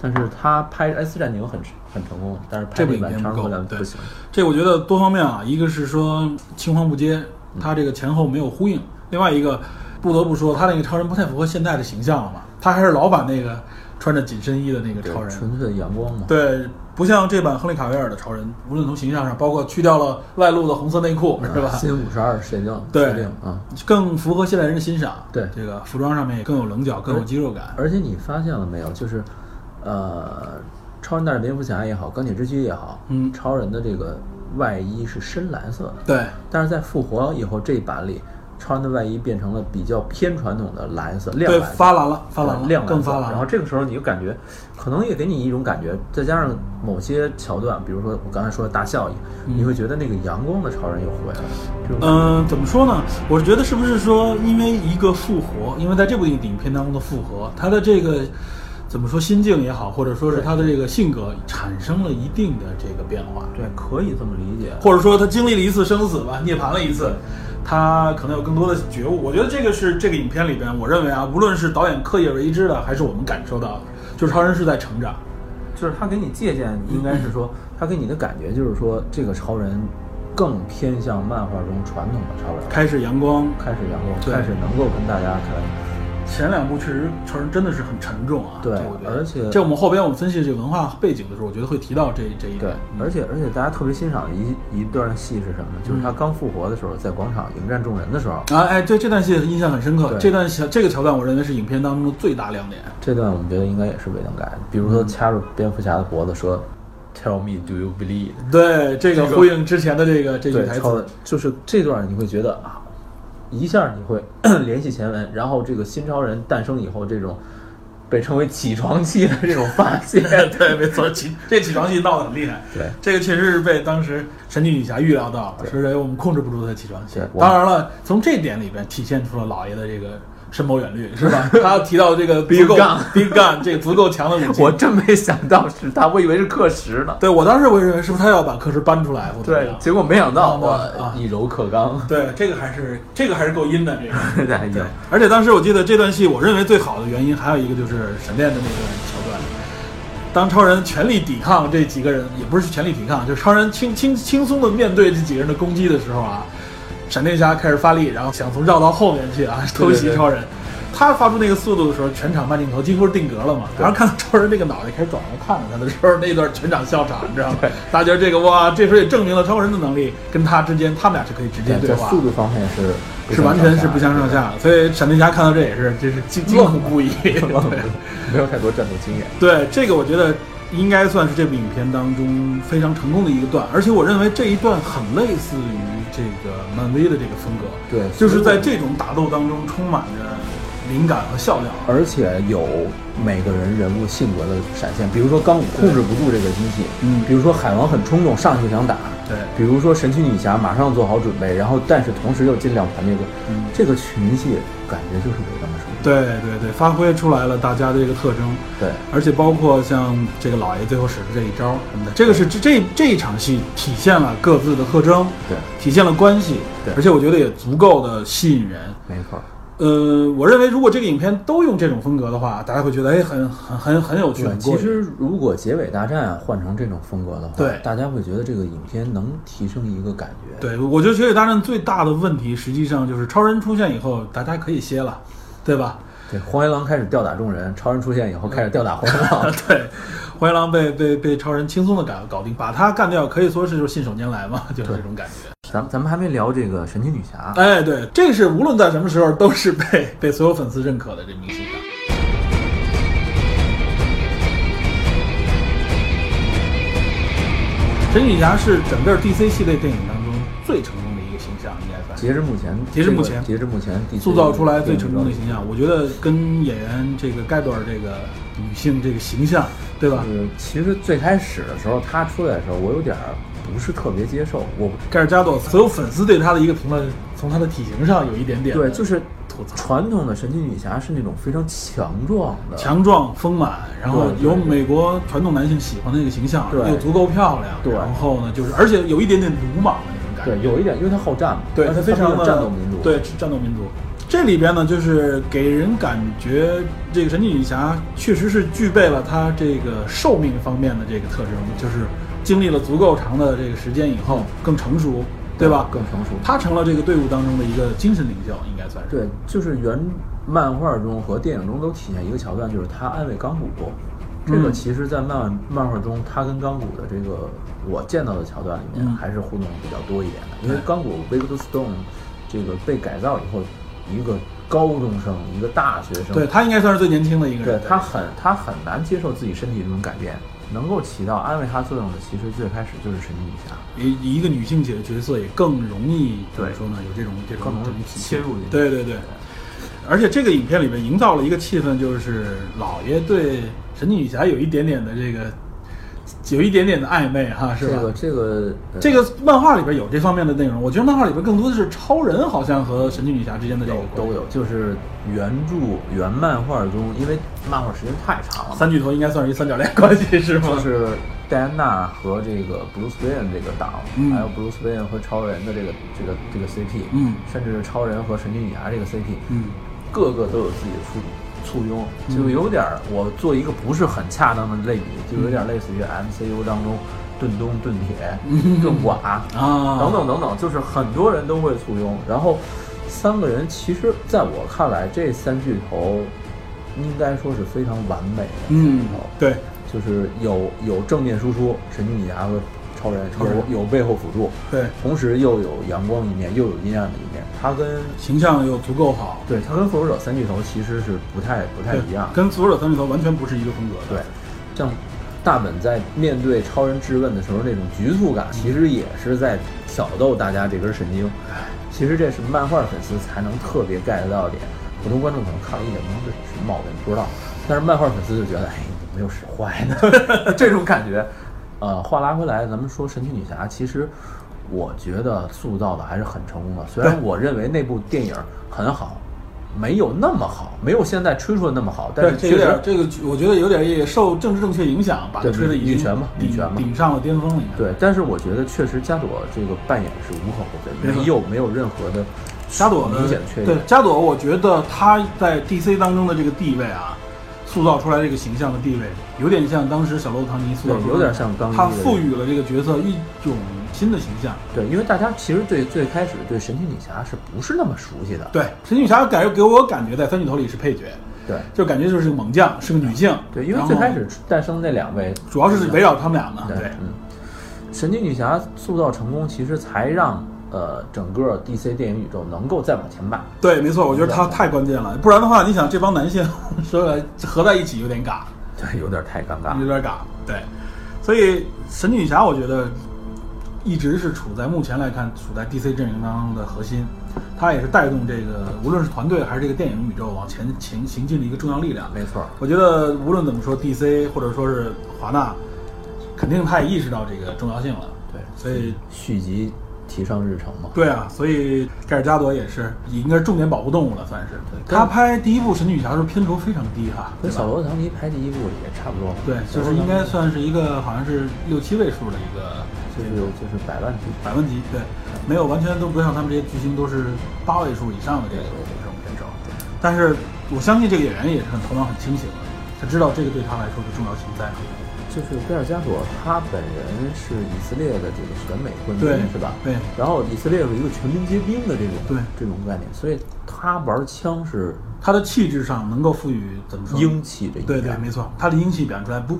Speaker 3: 但是他拍《X 战警很》很成功，啊但是拍
Speaker 2: 这部
Speaker 3: 那
Speaker 2: 影
Speaker 3: 版《
Speaker 2: 片
Speaker 3: 长
Speaker 2: 不
Speaker 3: 生
Speaker 2: 够
Speaker 3: 不，
Speaker 2: 对
Speaker 3: 不行，，
Speaker 2: 这我觉得多方面啊，一个是说青黄不接，它这个前后没有呼应；另外一个不得不说，他那个超人不太符合现在的形象了嘛，他还是老版那个穿着紧身衣的那个超人，
Speaker 3: 纯粹阳光嘛。
Speaker 2: 对，不像这版亨利卡维尔的超人，无论从形象上，包括去掉了外露的红色内裤，是吧？
Speaker 3: 新五十二设定，
Speaker 2: 对
Speaker 3: 设定啊。
Speaker 2: 更符合现代人的欣赏，
Speaker 3: 对
Speaker 2: 这个服装上面也更有棱角，更有肌肉感，
Speaker 3: 而且你发现了没有，就是，呃，超人大战蝙蝠侠也好，钢铁之躯也好，
Speaker 2: 嗯
Speaker 3: 超人的这个外衣是深蓝色的，
Speaker 2: 对，
Speaker 3: 但是在复活以后这一版里，超人的外衣变成了比较偏传统的蓝色，亮
Speaker 2: 对，
Speaker 3: 蓝色
Speaker 2: 发蓝了，发蓝了，
Speaker 3: 亮蓝
Speaker 2: 更发
Speaker 3: 色
Speaker 2: 蓝
Speaker 3: 然后
Speaker 2: 了，
Speaker 3: 这个时候你就感觉，可能也给你一种感觉，再加上某些桥段，比如说我刚才说的大效应，你会觉得那个阳光的超人又回来了，这种感觉
Speaker 2: 嗯，怎么说呢？我是觉得是不是说，因为一个复活，因为在这部影片当中的复活，他的这个怎么说心境也好，或者说是他的这个性格产生了一定的这个变化，
Speaker 3: 对，可以这么理解。
Speaker 2: 或者说他经历了一次生死吧，涅槃了一次，他可能有更多的觉悟。我觉得这个是这个影片里边，我认为啊，无论是导演刻意为之的，还是我们感受到的，就是超人是在成长。
Speaker 3: 就是他给你借鉴，应该是说他给你的感觉就是说，这个超人更偏向漫画中传统的超人，
Speaker 2: 开始阳光，
Speaker 3: 开始阳光，
Speaker 2: 对
Speaker 3: 开始能够跟大家开。
Speaker 2: 前两部确实超人真的是很沉重啊，
Speaker 3: 对
Speaker 2: 这我觉得
Speaker 3: 而且
Speaker 2: 这我们后边我们分析这文化背景的时候，我觉得会提到这这一
Speaker 3: 对
Speaker 2: 点。，
Speaker 3: 而且而且大家特别欣赏的一一段戏是什么呢？就是他刚复活的时候，在广场迎战众人的时候，
Speaker 2: 啊，哎，对这段戏印象很深刻，
Speaker 3: 对
Speaker 2: 这段小这个桥段，我认为是影片当中的最大亮点。
Speaker 3: 这段我们觉得应该也是未能改的。比如说掐住蝙蝠侠的脖子说：“Tell me, do you believe？”
Speaker 2: 对，这个呼应之前的这个这句
Speaker 3: 对，
Speaker 2: 台
Speaker 3: 超
Speaker 2: 词
Speaker 3: 人，就是这段你会觉得啊，一下你会 联系前文，然后这个新超人诞生以后，这种被称为起床气的这种发 泄，
Speaker 2: 对，没错，起这起床戏闹得很厉害。
Speaker 3: 对，
Speaker 2: 这个确实是被当时神奇女侠预哎料到了，是认为我们控制不住他的起床气
Speaker 3: 对。我
Speaker 2: 当然了，从这点里边体现出了老爷的这个深谋远虑，是 吧？他提到这个足够
Speaker 3: Big gun
Speaker 2: big gun 这足够强的武器，
Speaker 3: 我真没想到是他，我以为是课时呢。
Speaker 2: 对我当时我也认为是不是他要把课时搬出来或者怎么
Speaker 3: 对，
Speaker 2: 样？
Speaker 3: 结果没想到
Speaker 2: 啊
Speaker 3: 哇
Speaker 2: 啊，
Speaker 3: 以柔克 刚，
Speaker 2: 对，这个还是这个还是够阴的这个。
Speaker 3: 对
Speaker 2: 对，而且当时我记得这段戏，我认为最好的原因还有一个就是闪电的那个桥段。当超人全力抵抗这几个人，也不是全力抵抗，就是超人轻轻轻松的面对这几个人的攻击的时候啊，闪电侠开始发力，然后想从绕到后面去啊 偷袭超人。他发出那个速度的时候，全场慢镜头几乎是定格了嘛。然后看到超人那个脑袋开始转过来看着他的时候，那段全场笑场，你知道吗？大家觉得这个哇，这时候也证明了超人的能力跟他之间，他们俩是可以直接对
Speaker 3: 对，在
Speaker 2: 话。
Speaker 3: 速度方面是不
Speaker 2: 是
Speaker 3: 相
Speaker 2: 完
Speaker 3: 上
Speaker 2: 全
Speaker 3: 下
Speaker 2: 是不相上下的。所以闪电侠看到这也是，真是惊惊恐不已。
Speaker 3: 的，
Speaker 2: 对
Speaker 3: 没有太多战斗经验。
Speaker 2: 对，这个我觉得应该算是这部影片当中非常成功的一个段，而且我认为这一段很类似于这个漫威的这个风格，
Speaker 3: 对
Speaker 2: 就是在这种打斗当中充满着灵感和笑料。
Speaker 3: 而且有每个人人物性格的闪现，比如说钢骨控制不住这个机器，
Speaker 2: 嗯
Speaker 3: 比如说海王很冲动，上去就想打，
Speaker 2: 对
Speaker 3: 比如说神奇女侠马上做好准备，然后但是同时又尽量团结住，
Speaker 2: 嗯
Speaker 3: 这个群戏感觉就是没那么熟，
Speaker 2: 对对对，发挥出来了大家的这个特征。
Speaker 3: 对，
Speaker 2: 而且包括像这个老爷最后使的这一招什么的，这个是这这这一场戏体现了各自的特征，
Speaker 3: 对
Speaker 2: 体现了关系，
Speaker 3: 对
Speaker 2: 而且我觉得也足够的吸引人。
Speaker 3: 没错，
Speaker 2: 呃，我认为如果这个影片都用这种风格的话，大家会觉得哎，很很很很有趣，
Speaker 3: 对，
Speaker 2: 很过
Speaker 3: 其
Speaker 2: 瘾
Speaker 3: 实如果结尾大战换成这种风格的话，
Speaker 2: 对
Speaker 3: 大家会觉得这个影片能提升一个感觉，，
Speaker 2: 对，我觉得《绝地大战》最大的问题实际上就是超人出现以后，大家可以歇了，对吧？
Speaker 3: 对，黄一狼开始吊打众人，超人出现以后开始吊打黄一狼，
Speaker 2: 对，灰狼被被被超人轻松的搞搞定，把他干掉可以说是就是信手拈来嘛，就是这种感觉。
Speaker 3: 咱们咱们还没聊这个神奇女侠，啊
Speaker 2: 哎，对，这是无论在什么时候都是被被所有粉丝认可的这明星感。神女侠是整个 DC 系列电影当中最成功的一个形象，应该算是
Speaker 3: 截至目前，
Speaker 2: 截至目前
Speaker 3: 这个截至目前第
Speaker 2: 塑造出来最成功的形象。我觉得跟演员这个盖多尔这个女性这个形象，对吧？
Speaker 3: 就是其实最开始的时候，他出来的时候，我有点儿不是特别接受。我
Speaker 2: 盖尔加朵所有粉丝对她的一个评论，从她的体型上有一点点的
Speaker 3: 对，就是
Speaker 2: 吐槽
Speaker 3: 传统的神奇女侠是那种非常强壮的，
Speaker 2: 强壮丰满，然后
Speaker 3: 对对
Speaker 2: 有
Speaker 3: 对
Speaker 2: 美国传统男性喜欢的那个形象，
Speaker 3: 对
Speaker 2: 又足够漂亮，
Speaker 3: 对
Speaker 2: 然后呢，就是而且有一点点鲁莽的那种感觉
Speaker 3: 对，，有一点，因为她好战嘛，
Speaker 2: 对，
Speaker 3: 但是
Speaker 2: 非常
Speaker 3: 她
Speaker 2: 的
Speaker 3: 是战斗民族，
Speaker 2: 对，是战斗民族。这里边呢，就是给人感觉这个神奇女侠确实是具备了她这个寿命方面的这个特征，就是经历了足够长的这个时间以后更成熟，对吧？
Speaker 3: 更成熟
Speaker 2: 她成了这个队伍当中的一个精神领袖，应该算是。
Speaker 3: 对，就是原漫画中和电影中都体现一个桥段，就是他安慰钢骨。这个
Speaker 2: 嗯
Speaker 3: 其实，在漫漫画中，他跟钢骨的这个我见到的桥段里面，
Speaker 2: 嗯
Speaker 3: 还是互动比较多一点的。因为钢骨 Victor Stone 这个被改造以后，一个高中生，一个大学生，
Speaker 2: 对，她应该算是最年轻的一个
Speaker 3: 对
Speaker 2: 人。
Speaker 3: 他很他很难接受自己身体这种改变，能够起到安慰他作用的，其实最开始就是神奇女侠。
Speaker 2: 一一个女性角角色也更容易怎么
Speaker 3: 对
Speaker 2: 说呢？有这种这种
Speaker 3: 更容易
Speaker 2: 这种体
Speaker 3: 切入进去
Speaker 2: 对对对，而且这个影片里面营造了一个气氛，就是老爷对神奇女侠有一点点的这个，有一点点的暧昧哈，是吧？
Speaker 3: 这个这个呃
Speaker 2: 这个漫画里边有这方面的内容，我觉得漫画里边更多的是超人好像和神奇女侠之间的这个
Speaker 3: 有都有，就是原著原漫画中，因为漫画时间太长了嘛，
Speaker 2: 三巨头应该算是一三角恋关系是吗？
Speaker 3: 就是戴安娜和这个 Bruce Wayne 这个档，
Speaker 2: 嗯
Speaker 3: 还有 Bruce Wayne 和超人的这个这个这个 CP，
Speaker 2: 嗯
Speaker 3: 甚至是超人和神奇女侠这个 CP，
Speaker 2: 嗯，
Speaker 3: 个个都有自己的簇簇拥，就有点儿我做一个不是很恰当的类比，就
Speaker 2: 嗯
Speaker 3: 有点儿类似于 MCU 当中盾东、盾铁、
Speaker 2: 嗯
Speaker 3: 盾寡
Speaker 2: 啊
Speaker 3: 等等等等，就是很多人都会簇拥。然后三个人，其实在我看来，这三巨头应该说是非常完美的三
Speaker 2: 嗯
Speaker 3: 巨头，
Speaker 2: 对，
Speaker 3: 就是有有正面输出，神奇女侠和超人，
Speaker 2: 超人
Speaker 3: 有有背后辅助，
Speaker 2: 对
Speaker 3: 同时又有阳光一面，又有阴暗的一面。他跟
Speaker 2: 形象又足够好，
Speaker 3: 对他跟复仇者三巨头其实是不太不太一样，
Speaker 2: 跟《索尔三巨头》完全不是一个风格的。
Speaker 3: 对，像大本在面对超人质问的时候那种局促感，其实也是在挑逗大家这根神经。其实这是漫画粉丝才能特别 get 到的点，普通观众可能看了一点懵，这是什么毛病不知道，但是漫画粉丝就觉得，哎，你没有使坏呢， 这种感觉。呃，话拉回来，咱们说神奇女侠，其实我觉得塑造的还是很成功的。虽然
Speaker 2: 对
Speaker 3: 我认为那部电影很好，没有那么好，没有现在吹出的那么好，但
Speaker 2: 对
Speaker 3: 是，
Speaker 2: 这
Speaker 3: 确
Speaker 2: 有点
Speaker 3: 实
Speaker 2: 儿，这个我觉得有点儿也受政治正确影响，把
Speaker 3: 对
Speaker 2: 吹的已
Speaker 3: 女
Speaker 2: 经
Speaker 3: 权嘛
Speaker 2: 顶
Speaker 3: 女权嘛
Speaker 2: 顶上了巅峰里面。
Speaker 3: 对，但是我觉得确实加朵这个扮演是无可厚非，
Speaker 2: 没错
Speaker 3: 没有没有任何的
Speaker 2: 加朵呢
Speaker 3: 明显的缺
Speaker 2: 对
Speaker 3: 点。
Speaker 2: 加朵，我觉得他在 DC 当中的这个地位啊，塑造出来这个形象的地位，有点像当时小罗伯唐尼塑造出来的，
Speaker 3: 对有点像刚一
Speaker 2: 他
Speaker 3: 的
Speaker 2: 赋予了这个角色一种新的形象。
Speaker 3: 对，因为大家其实对最开始对神奇女侠是不是那么熟悉的？
Speaker 2: 对，神奇女侠感觉给我感觉在三巨头里是配角，
Speaker 3: 对
Speaker 2: 就感觉就是个猛将，是个女性。
Speaker 3: 对，因为
Speaker 2: 然后
Speaker 3: 最开始诞生那两位，
Speaker 2: 主要是围绕他们俩嘛。对，
Speaker 3: 嗯，神奇女侠塑造成功，其实才让呃整个 DC 电影宇宙能够再往前迈。
Speaker 2: 对，没错，我觉得他太关键了，不然的话，你想这帮男性说来合在一起有点尬。
Speaker 3: 对，有点太尴尬
Speaker 2: 有。点尬。对，所以神奇女侠我觉得一直是处在目前来看处在 DC 阵营当中的核心，它也是带动这个无论是团队还是这个电影宇宙往前行行进的一个重要力量。哎
Speaker 3: 没错，
Speaker 2: 我觉得无论怎么说，DC 或者说是华纳，肯定他也意识到这个重要性了。
Speaker 3: 对，
Speaker 2: 所以，
Speaker 3: 续集提上日程嘛。
Speaker 2: 对啊，所以盖尔加朵也是也应该是重点保护动物了，算是
Speaker 3: 对。
Speaker 2: 他拍第一部神奇女侠的时候片酬非常低哈，对
Speaker 3: 跟
Speaker 2: 吧
Speaker 3: 小罗伯唐尼拍第一部也差不多。
Speaker 2: 对，就是应该算是一个好像是六七位数的一个
Speaker 3: 就是就是百万级。
Speaker 2: 百万级，对，没有完全都不像他们这些巨星都是八位数以上的这个这种片酬。但是我相信这个演员也是很头脑很清醒的，他知道这个对他来说的重要性在哪。
Speaker 3: 就是贝尔加朵，他本人是以色列的这个选美冠
Speaker 2: 对
Speaker 3: 军，是吧？
Speaker 2: 对
Speaker 3: 然后以色列有一个全民皆兵的这种
Speaker 2: 对
Speaker 3: 这种概念，所以他玩枪是
Speaker 2: 他的气质上能够赋予怎么说？
Speaker 3: 英气这一
Speaker 2: 对
Speaker 3: 面。
Speaker 2: 对，没错，他的英气表现出来不，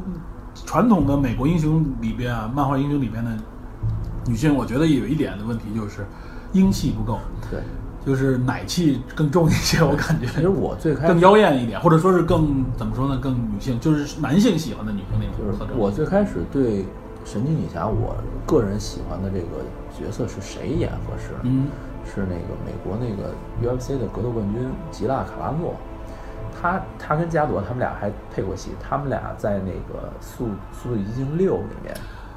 Speaker 2: 传统的美国英雄里边啊，漫画英雄里边的女性，我觉得有一点的问题就是英气不够，
Speaker 3: 对。
Speaker 2: 就是奶气更重一些，我感觉。
Speaker 3: 其实我最开始
Speaker 2: 更妖艳一点，或者说是更怎么说呢？更女性，就是男性喜欢的女性那
Speaker 3: 就
Speaker 2: 种
Speaker 3: 是
Speaker 2: 特征。
Speaker 3: 我最开始对神奇女侠，我个人喜欢的这个角色是谁演合适？
Speaker 2: 嗯，
Speaker 3: 是那个美国那个 UFC 的格斗冠军吉拉卡拉诺，他他跟加朵他们俩还配过戏，他们俩在那个《速速度与激情六》里面，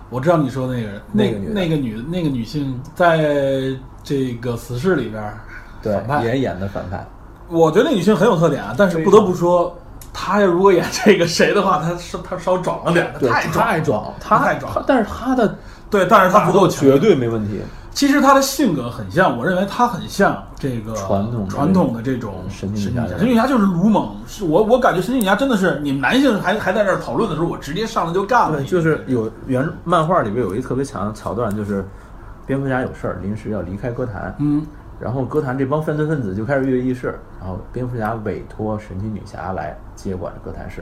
Speaker 2: 我知道你说的那个人，
Speaker 3: 那
Speaker 2: 个
Speaker 3: 个女的
Speaker 2: 那个女那个女性在这个死侍里边，反
Speaker 3: 对，
Speaker 2: 派，
Speaker 3: 也演的反派。
Speaker 2: 我觉得那女性很有特点啊，但是不得不说，她要如果演这个谁的话，她 是她稍壮了点，她
Speaker 3: 对，
Speaker 2: 太壮了
Speaker 3: 太壮，他
Speaker 2: 太壮了
Speaker 3: 他但是他的
Speaker 2: 对，但是她不够强。
Speaker 3: 绝对没问题。
Speaker 2: 其实她的性格很像，我认为她很像这个
Speaker 3: 传统的
Speaker 2: 传统的这种
Speaker 3: 神
Speaker 2: 奇
Speaker 3: 奇
Speaker 2: 女
Speaker 3: 女侠
Speaker 2: 神奇女侠就是鲁莽，是我我感觉神奇女侠真的是你们男性还还在这儿讨论的时候，我直接上来就干了，
Speaker 3: 啊对，就是有原漫画里边有一特别强的桥段，就是蝙蝠侠有事儿，临时要离开歌坛，
Speaker 2: 嗯，
Speaker 3: 然后歌坛这帮犯罪分子就开始跃跃欲试，然后蝙蝠侠委托神奇女侠来接管歌坛事，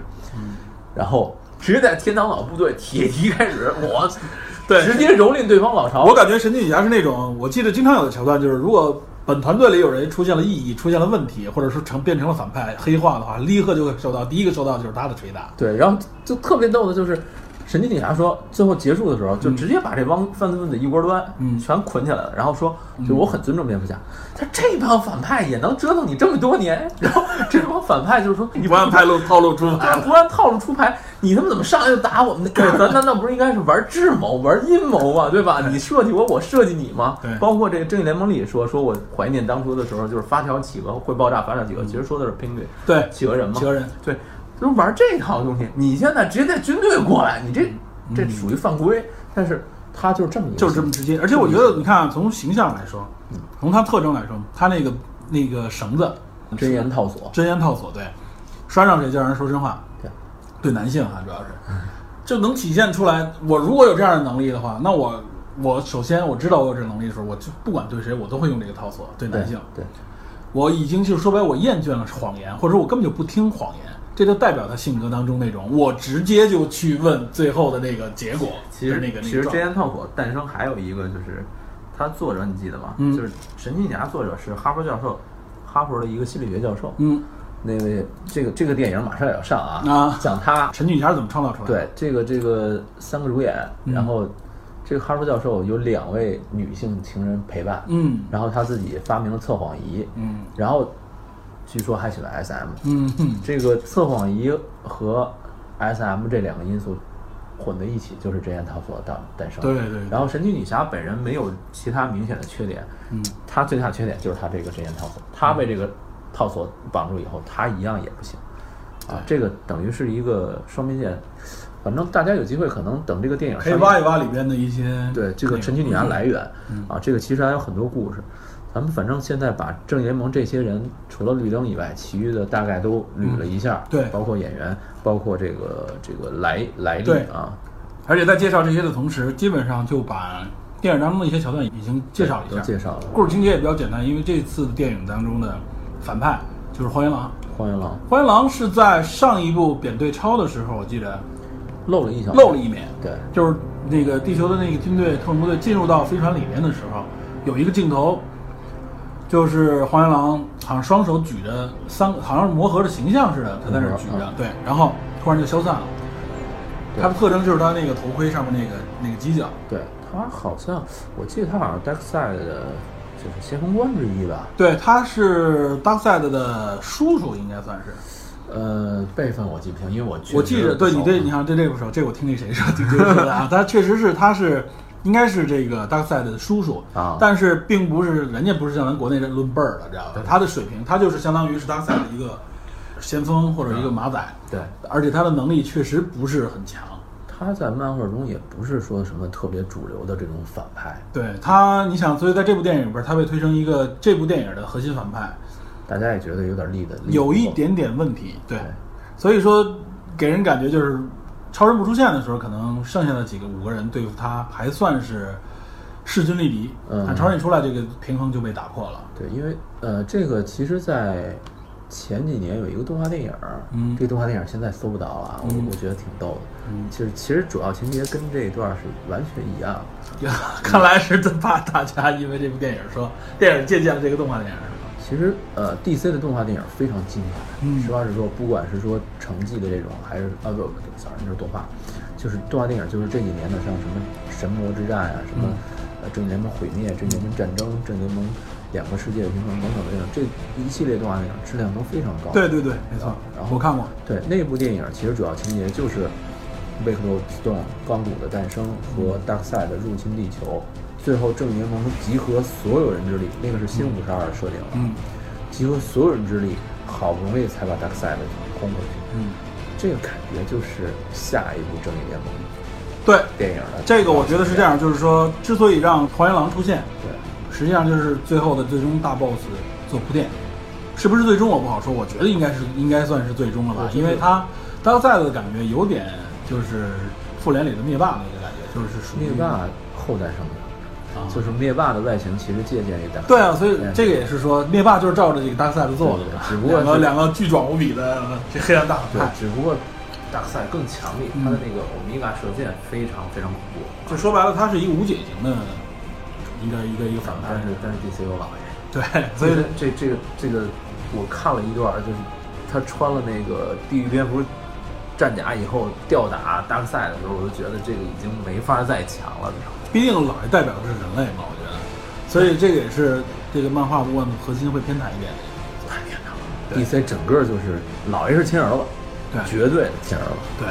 Speaker 3: 然后直接在天堂岛部队铁蹄开始，我
Speaker 2: 对
Speaker 3: 直接蹂�躏对方老巢，
Speaker 2: 我感觉神奇女侠是那种，我记得经常有的桥段就是，如果本团队里有人出现了异议、出现了问题，或者是成变成了反派黑化的话，立刻就会受到第一个受到就是他的捶打。
Speaker 3: 对，然后就特别逗的就是。神奇女侠说，最后结束的时候就直接把这帮犯罪分子一锅端，
Speaker 2: 嗯
Speaker 3: 全捆起来了。然后说，就我很尊重蝙蝠侠，他这帮反派也能折腾你这么多年。然后这帮反派就是说，你
Speaker 2: 不按派路套路出
Speaker 3: 啊，不按套路出牌，你他妈怎么上来就打我们那？咱难道不是应该是玩智谋、玩阴谋吗？对吧？你设计我，我设计你吗
Speaker 2: 对？
Speaker 3: 包括这个《正义联盟》里也说，说我怀念当初的时候，就是发条企鹅会爆炸，发条企鹅，其实说的是 penguin
Speaker 2: 对，
Speaker 3: 企鹅人嘛。
Speaker 2: 嗯企鹅人
Speaker 3: 对，就是玩这套东西。你现在直接带军队过来，你这这属于犯规，但是他就是这么一
Speaker 2: 嗯
Speaker 3: 个，
Speaker 2: 就是这么直接。而且我觉得，你看啊从形象来说，从他特征来说，他那个那个绳子
Speaker 3: 真言套索。
Speaker 2: 真烟套索，对，拴上谁就让人说真话，
Speaker 3: 对，
Speaker 2: 对男性啊，主要是，就能体现出来。我如果有这样的能力的话，那我我首先我知道我有这个能力的时候，我就不管对谁，我都会用这个套索对男性。
Speaker 3: 对，
Speaker 2: 我已经就是说白，我厌倦了谎言，或者说我根本就不听谎言，这就代表他性格当中那种，我直接就去问最后的那个结果，
Speaker 3: 其
Speaker 2: 就
Speaker 3: 实
Speaker 2: 是那个
Speaker 3: 其
Speaker 2: 那
Speaker 3: 实
Speaker 2: 个
Speaker 3: 《
Speaker 2: 状
Speaker 3: 真
Speaker 2: 态
Speaker 3: 言套索》诞生还有一个就是，它作者你记得吗？
Speaker 2: 嗯
Speaker 3: 就是《神奇女侠》作者是哈佛教授，哈佛的一个心理学教授。
Speaker 2: 嗯，
Speaker 3: 那位这个这个电影马上也要上啊，
Speaker 2: 啊
Speaker 3: 讲 他
Speaker 2: 陈俊霞是怎么创造出来的？
Speaker 3: 对这个这个三个主演，
Speaker 2: 嗯
Speaker 3: 然后这个哈佛教授有两位女性情人陪伴，
Speaker 2: 嗯
Speaker 3: 然后他自己发明了测谎仪，
Speaker 2: 嗯
Speaker 3: 然后据说还喜欢 SM，
Speaker 2: 嗯嗯，
Speaker 3: 这个测谎仪和 SM 这两个因素混在一起，就是真言套索诞诞生。
Speaker 2: 对对对
Speaker 3: 然后神奇女侠本人没有其他明显的缺点，
Speaker 2: 嗯，
Speaker 3: 她最大的缺点就是她这个真言套索，她被这个套索绑住以后，它一样也不行。啊，这个等于是一个双面剑。反正大家有机会可能等这个电影
Speaker 2: 可
Speaker 3: 上
Speaker 2: 以
Speaker 3: 映
Speaker 2: 挖一挖里边的一些
Speaker 3: 对这个
Speaker 2: 内容
Speaker 3: 陈情女侠来源、
Speaker 2: 嗯
Speaker 3: 啊，这个其实还有很多故事。咱们反正现在把正义联盟这些人，除了绿灯以外，其余的大概都捋了一下，
Speaker 2: 嗯对
Speaker 3: 包括演员，包括这个这个来来历
Speaker 2: 对
Speaker 3: 啊，
Speaker 2: 而且在介绍这些的同时，基本上就把电影当中的一些桥段已经介绍了一
Speaker 3: 都
Speaker 2: 下，
Speaker 3: 介绍了。
Speaker 2: 故事情节也比较简单，因为这次电影当中的反派就是荒原狼。
Speaker 3: 荒原狼
Speaker 2: 荒原狼是在上一部扁对超的时候，我记得
Speaker 3: 嗯露了一小
Speaker 2: 露了一面，
Speaker 3: 对
Speaker 2: 就是那个地球的那个军队特种部队进入到飞船里面的时候，有一个镜头，就是黄原狼好像双手举着三个，好像是魔盒的形象似的，他在那儿举着，
Speaker 3: 嗯
Speaker 2: 对，然后突然就消散了。
Speaker 3: 对
Speaker 2: 它的特征就是它那个头盔上面那个那个犄角，
Speaker 3: 对，他好像我记得他好像 Dark Side 的就是先锋官之一吧，
Speaker 2: 对，他是 Darkseid 的叔叔，应该算是。
Speaker 3: 呃，辈分我记不清，因为我确实
Speaker 2: 我记着，对你
Speaker 3: 不
Speaker 2: 对，
Speaker 3: 熟啊
Speaker 2: 你看这这个不熟，这我听那谁说，听谁说的 啊？他确实是，他是应该是这个 Darkseid 的叔叔
Speaker 3: 啊
Speaker 2: 但是并不是人家不是像咱国内这论辈儿的，知道吧？他的水平，他就是相当于是 Darkseid 的一个先锋或者
Speaker 3: 嗯
Speaker 2: 一个马仔，
Speaker 3: 对，
Speaker 2: 而且他的能力确实不是很强。
Speaker 3: 他在漫画中也不是说什么特别主流的这种反派，
Speaker 2: 对他，你想，所以在这部电影里边，他被推成一个这部电影的核心反派，
Speaker 3: 大家也觉得有点立的，立
Speaker 2: 有一
Speaker 3: 不住
Speaker 2: 点点问题。对
Speaker 3: 对，
Speaker 2: 所以说给人感觉就是超人不出现的时候，可能剩下的几个五个人对付他还算是势均力敌。
Speaker 3: 嗯
Speaker 2: 但超人一出来，这个平衡就被打破了。
Speaker 3: 对，因为呃，这个其实，在前几年有一个动画电影儿，
Speaker 2: 嗯
Speaker 3: 这个动画电影儿现在搜不到了啊，我我觉得挺逗的。
Speaker 2: 嗯
Speaker 3: 其实其实主要情节跟这一段儿是完全一样的。
Speaker 2: 看来是真怕大家因为这部电影说电影借鉴了这个动画电影是吧？
Speaker 3: 其实呃，DC 的动画电影非常精彩，
Speaker 2: 嗯
Speaker 3: 实话实说，不管是说成绩的这种，还是啊不不，sorry，那是动画，就是动画电影，就是这几年的像什么神魔之战啊，什
Speaker 2: 嗯
Speaker 3: 么、呃正义联盟毁灭、正义联盟战争、正义联盟两个世界平衡等等的这种，这一系列动画电影质量都非常高。
Speaker 2: 对对对，没错。
Speaker 3: 然
Speaker 2: 啊
Speaker 3: 后
Speaker 2: 我看过，
Speaker 3: 对，那部电影其实主要情节就是维克多斯 e 钢骨的诞生和
Speaker 2: 嗯
Speaker 3: Darkseid 入侵地球，最后正义联盟集合所有人之力，那个是新五十二设定了，
Speaker 2: 嗯
Speaker 3: 集合所有人之力，好不容易才把 Darkseid 轰回去，
Speaker 2: 嗯，
Speaker 3: 这个感觉就是下一部正义联盟
Speaker 2: 对，
Speaker 3: 电影的
Speaker 2: 这个我觉得是这样，就是说，之所以让黄原狼出现，
Speaker 3: 对。
Speaker 2: 实际上就是最后的最终大 boss 做铺垫，是不是最终我不好说，我觉得应该是应该算是最终了吧
Speaker 3: 对，就是
Speaker 2: 因为他当赛的感觉有点就是复联里的灭霸那个感觉，就是属于
Speaker 3: 灭霸后代生的，
Speaker 2: 啊，
Speaker 3: 就是灭霸的外形其实借鉴于 Darkseid。
Speaker 2: 对啊，所以这
Speaker 3: 个
Speaker 2: 个也是说灭霸就是照着这个大赛的做的嘛，
Speaker 3: 对只不过
Speaker 2: 两
Speaker 3: 是
Speaker 2: 个两个巨壮无比的这黑暗大反
Speaker 3: 对
Speaker 2: 派，，
Speaker 3: 只不过 Darkseid 更强力，他的那
Speaker 2: 嗯
Speaker 3: 个欧米伽射箭非常非常恐怖。
Speaker 2: 就说白了，他是一个无解型的一个一个一个反派
Speaker 3: 啊但，是但是 DC 有老爷，
Speaker 2: 对，所以
Speaker 3: 这这个这个我看了一段儿，就是他穿了那个地狱蝙蝠战甲以后吊打大赛的时候，我就觉得这个已经没法再强了，你知道吗？
Speaker 2: 毕竟老爷代表的是人类嘛，我觉得，所以这个也是这个漫画部分核心会偏袒一点的。
Speaker 3: 太变态了！DC 整个就是老爷是亲儿子，
Speaker 2: 对
Speaker 3: 绝对的亲儿子。
Speaker 2: 对，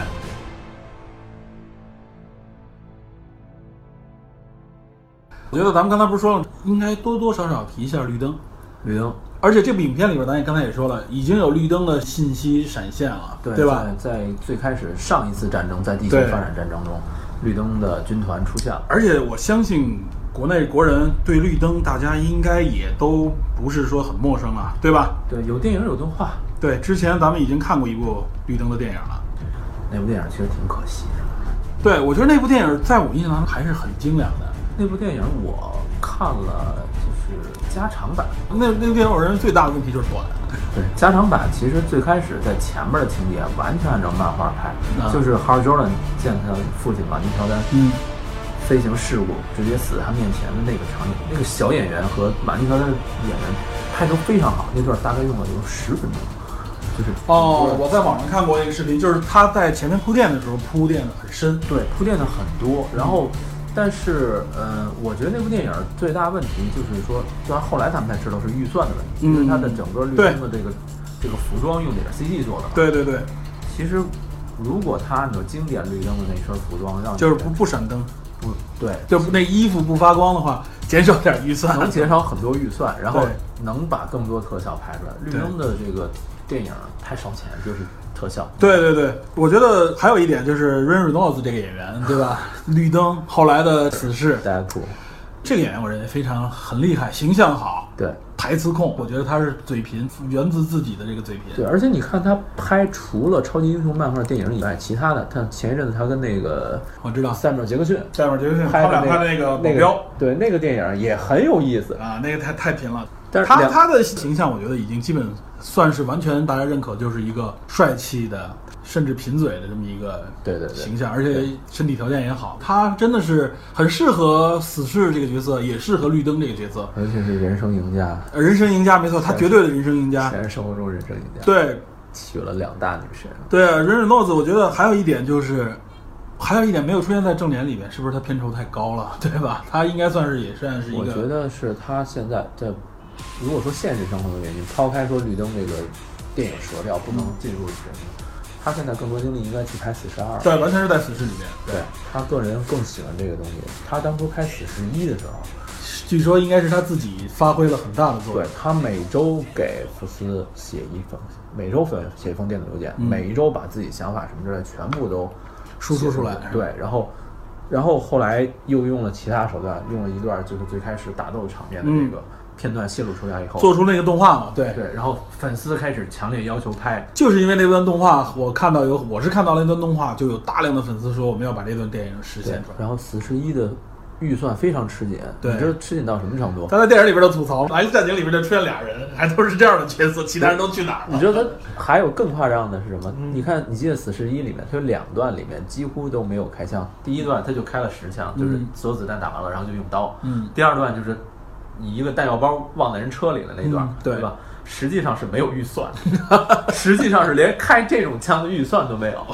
Speaker 2: 我觉得咱们刚才不是说了，应该多多少少提一下绿灯，
Speaker 3: 绿灯
Speaker 2: 而且这部影片里边，咱也刚才也说了，已经有绿灯的信息闪现了，对吧？
Speaker 3: 在？在最开始上一次战争，在地球
Speaker 2: 对
Speaker 3: 发展战争中，绿灯的军团出现了。
Speaker 2: 而且我相信国内国人对绿灯，大家应该也都不是说很陌生啊，对吧？
Speaker 3: 对，有电影有动画，
Speaker 2: 对，之前咱们已经看过一部绿灯的电影了。
Speaker 3: 那部电影其实挺可惜的。
Speaker 2: 对，我觉得那部电影在我印象当中还是很精良的。
Speaker 3: 那部电影我看了，就是加长版。
Speaker 2: 那那部电影我认为最大的问题就是短，
Speaker 3: 对，加长版其实最开始在前面的情节完全按照漫画拍，
Speaker 2: 啊
Speaker 3: 就是 Hal Jordan 见他父亲马丁乔丹
Speaker 2: 嗯，
Speaker 3: 飞行事故，直接死在他面前的那个场景，那个小演员和马丁乔丹的演员拍得非常好，那段大概用了有十分钟，就是
Speaker 2: 哦，我在网上看过一个视频，就是他在前面铺垫的时候铺垫的很深。
Speaker 3: 对铺垫的很多，然后。但是，呃，我觉得那部电影最大问题就是说，虽然后来他们才知道是预算的问题，因为它的整个绿
Speaker 2: 嗯对
Speaker 3: 灯的这个这个服装用的也是 CG 做的嘛，
Speaker 2: 对对对，
Speaker 3: 其实，如果他按照经典绿灯的那身服装，让你
Speaker 2: 就是不不闪灯，
Speaker 3: 不对，
Speaker 2: 就那衣服不发光的话，减少点预算。
Speaker 3: 能减少很多预算。然后
Speaker 2: 对
Speaker 3: 能把更多特效拍出来。绿灯的这个电影太烧钱，就是特效。
Speaker 2: 对对对，我觉得还有一点就是 r a y n Reynolds 这个演员，对 吧？绿灯后来的死侍，
Speaker 3: 大家酷，
Speaker 2: 这个演员我认为非常很厉害，形象好，
Speaker 3: 对
Speaker 2: 台词控，我觉得他是嘴贫，源自自己的这个嘴贫。
Speaker 3: 对，而且你看他拍除了超级英雄漫画电影以外，其他的，看前一阵子他跟那个
Speaker 2: 我知道，
Speaker 3: 塞缪尔杰克逊
Speaker 2: 下面杰克逊嗯
Speaker 3: 拍
Speaker 2: 他
Speaker 3: 的
Speaker 2: 俩拍的
Speaker 3: 那
Speaker 2: 个
Speaker 3: 那
Speaker 2: 保镖
Speaker 3: 个对那个电影也很有意思。
Speaker 2: 啊，那个太太贫了。
Speaker 3: 但是
Speaker 2: 他
Speaker 3: 两
Speaker 2: 他的形象，我觉得已经基本算是完全大家认可，就是一个帅气的，甚至贫嘴的这么一个
Speaker 3: 对对对
Speaker 2: 形象，而且身体条件也好，他真的是很适合死侍这个角色，也适合绿灯这个角色，
Speaker 3: 而且是人生赢家，
Speaker 2: 呃人生赢家没错，他绝对的人生赢家。
Speaker 3: 全是生活中人生赢家，
Speaker 2: 对
Speaker 3: 娶了两大女神。
Speaker 2: 对，忍忍诺子，我觉得还有一点就是。还有一点没有出现在正脸里面，是不是他片酬太高了， 对吧？他应该算是也算是一个，
Speaker 3: 我觉得是他现在在，如果说现实生活的原因，抛开说绿灯这个电影舌调不
Speaker 2: 嗯
Speaker 3: 能进入人物，他现在更多精力应该去拍《死侍二》。
Speaker 2: 对，完全是在死侍里面。
Speaker 3: 对他个人更喜欢这个东西。他当初拍《死侍一》的时候，
Speaker 2: 据说应该是他自己发挥了很大的作用
Speaker 3: 对。他每周给福斯写一封，每周写写一封电子邮件，
Speaker 2: 嗯
Speaker 3: 每一周把自己想法什么之类全部都
Speaker 2: 输出出来
Speaker 3: 写对，然后，然后后来又用了其他手段，用了一段就是最开始打斗场面的这个片段泄露出来以
Speaker 2: 嗯
Speaker 3: 后，
Speaker 2: 做出那个动画嘛，哦对，
Speaker 3: 对，然后粉丝开始强烈要求拍。
Speaker 2: 就是因为那段动画，我看到有，我是看到那段动画，就有大量的粉丝说我们要把这段电影实现出来。
Speaker 3: 然后《死侍一》的预算非常吃紧，
Speaker 2: 对
Speaker 3: 你知道吃紧到什么程度？
Speaker 2: 他在电影里边的吐槽，《来自战警》里边就出现俩人， 还都是这样的角色，其他人都去哪儿了？
Speaker 3: 你知道他还有更夸张的是什么？你看，你记得《死侍一》里面，它有两段里面几乎都没有开枪。第一段他就开了十枪，就是
Speaker 2: 嗯
Speaker 3: 所有子弹打完了，然后就用刀。
Speaker 2: 嗯。
Speaker 3: 第二段就是你一个弹药包忘在人车里了那段
Speaker 2: 嗯，对
Speaker 3: 对吧？实际上是没有预算， 实际上是连开这种枪的预算都没有。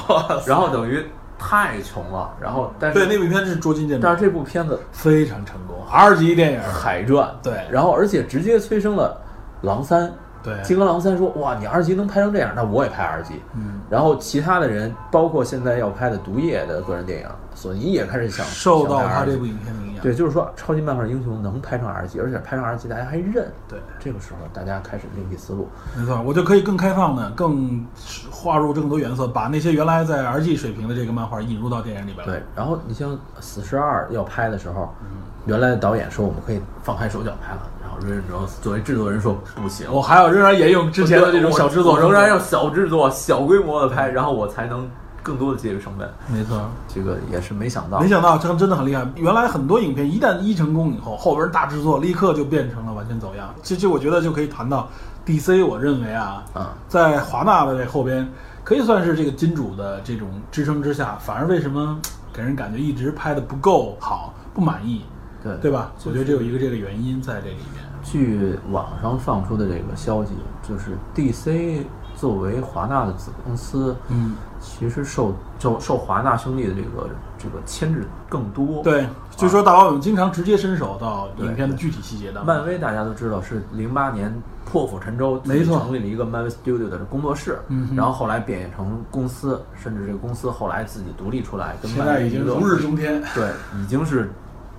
Speaker 3: 然后等于太穷了，然后但
Speaker 2: 对，那
Speaker 3: 是
Speaker 2: 部片是捉襟见
Speaker 3: 但
Speaker 2: 肘，
Speaker 3: 是这部片子
Speaker 2: 非常成功，R 级电影。
Speaker 3: 海赚，
Speaker 2: 对
Speaker 3: 然后而且直接催生了狼三。
Speaker 2: 对
Speaker 3: 金刚狼三说：“哇，你二级能拍成这样，那我也拍二级。”嗯，然后其他的人，包括现在要拍的毒液的个人电影，索尼也开始想
Speaker 2: 受到
Speaker 3: 想拍
Speaker 2: 他
Speaker 3: RG
Speaker 2: 这部影片的影响。
Speaker 3: 对，就是说超级漫画英雄能拍成二级，而且拍成二级大家还认。
Speaker 2: 对，
Speaker 3: 这个时候大家开始另辟思路，
Speaker 2: 没错，我就可以更开放的、更划入更多元素，把那些原来在 R G 水平的这个漫画引入到电影里边来。
Speaker 3: 对，然后你像《死侍二》要拍的时候，
Speaker 2: 嗯
Speaker 3: 原来的导演说我们可以放开手脚拍了，然后瑞恩·罗斯作为制作人说不行，
Speaker 2: 我还有仍然沿用之前的这种小制作，
Speaker 3: 我仍然要小制作、小规模的拍，然后我才能更多的节约成本。
Speaker 2: 没错。
Speaker 3: 这个也是没想到
Speaker 2: 没，想到这真的很厉害。原来很多影片一旦一成功以后，后边大制作立刻就变成了完全走样。这这我觉得就可以谈到 DC，我认为啊，
Speaker 3: 啊，
Speaker 2: 在华纳的这后边，可以算是这个金主的这种支撑之下，反而为什么给人感觉一直拍的不够好，不满意，
Speaker 3: 对
Speaker 2: 对吧？我觉得这有一个这个原因在这里面。
Speaker 3: 据网上放出的这个消息，就是 DC 作为华纳的子公司，
Speaker 2: 嗯，
Speaker 3: 其实受受受华纳兄弟的这个这个牵制更多。，
Speaker 2: 对，据说大老板经常直接伸手到影片的
Speaker 3: 啊对
Speaker 2: 具体细节当中。
Speaker 3: 漫威大家都知道是零八年破釜沉舟，
Speaker 2: 没错
Speaker 3: 自己成立了一个漫威 Studio 的工作室，
Speaker 2: 嗯哼
Speaker 3: 然后后来变成公司，甚至这个公司后来自己独立出来，跟
Speaker 2: 现
Speaker 3: 漫
Speaker 2: 在
Speaker 3: 威
Speaker 2: 已经
Speaker 3: 一个
Speaker 2: 如日中天。
Speaker 3: 对，已经是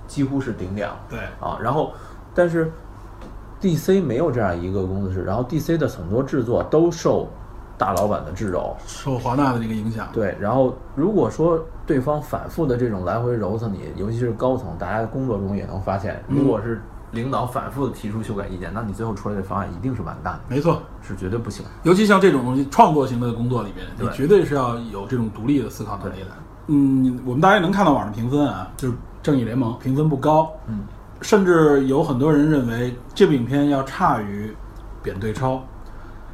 Speaker 3: 几乎是顶点了。
Speaker 2: 对，
Speaker 3: 啊，然后但是 DC 没有这样一个工作室，然后 DC 的很多制作都受大老板的制肘。
Speaker 2: 受华纳的这个影响。
Speaker 3: 对，然后如果说对方反复的这种来回揉搓你，尤其是高层，大家工作中也能发现，
Speaker 2: 嗯
Speaker 3: 如果是领导反复的提出修改意见，那你最后出来的方案一定是完蛋的，
Speaker 2: 没错，
Speaker 3: 是绝对不行。
Speaker 2: 尤其像这种东西，创作型的工作里面，你
Speaker 3: 对
Speaker 2: 绝对是要有这种独立的思考能力的。嗯，我们大家能看到网上评分啊，就是《正义联盟》评分不高，
Speaker 3: 嗯，
Speaker 2: 甚至有很多人认为这部影片要差于《扁对超》，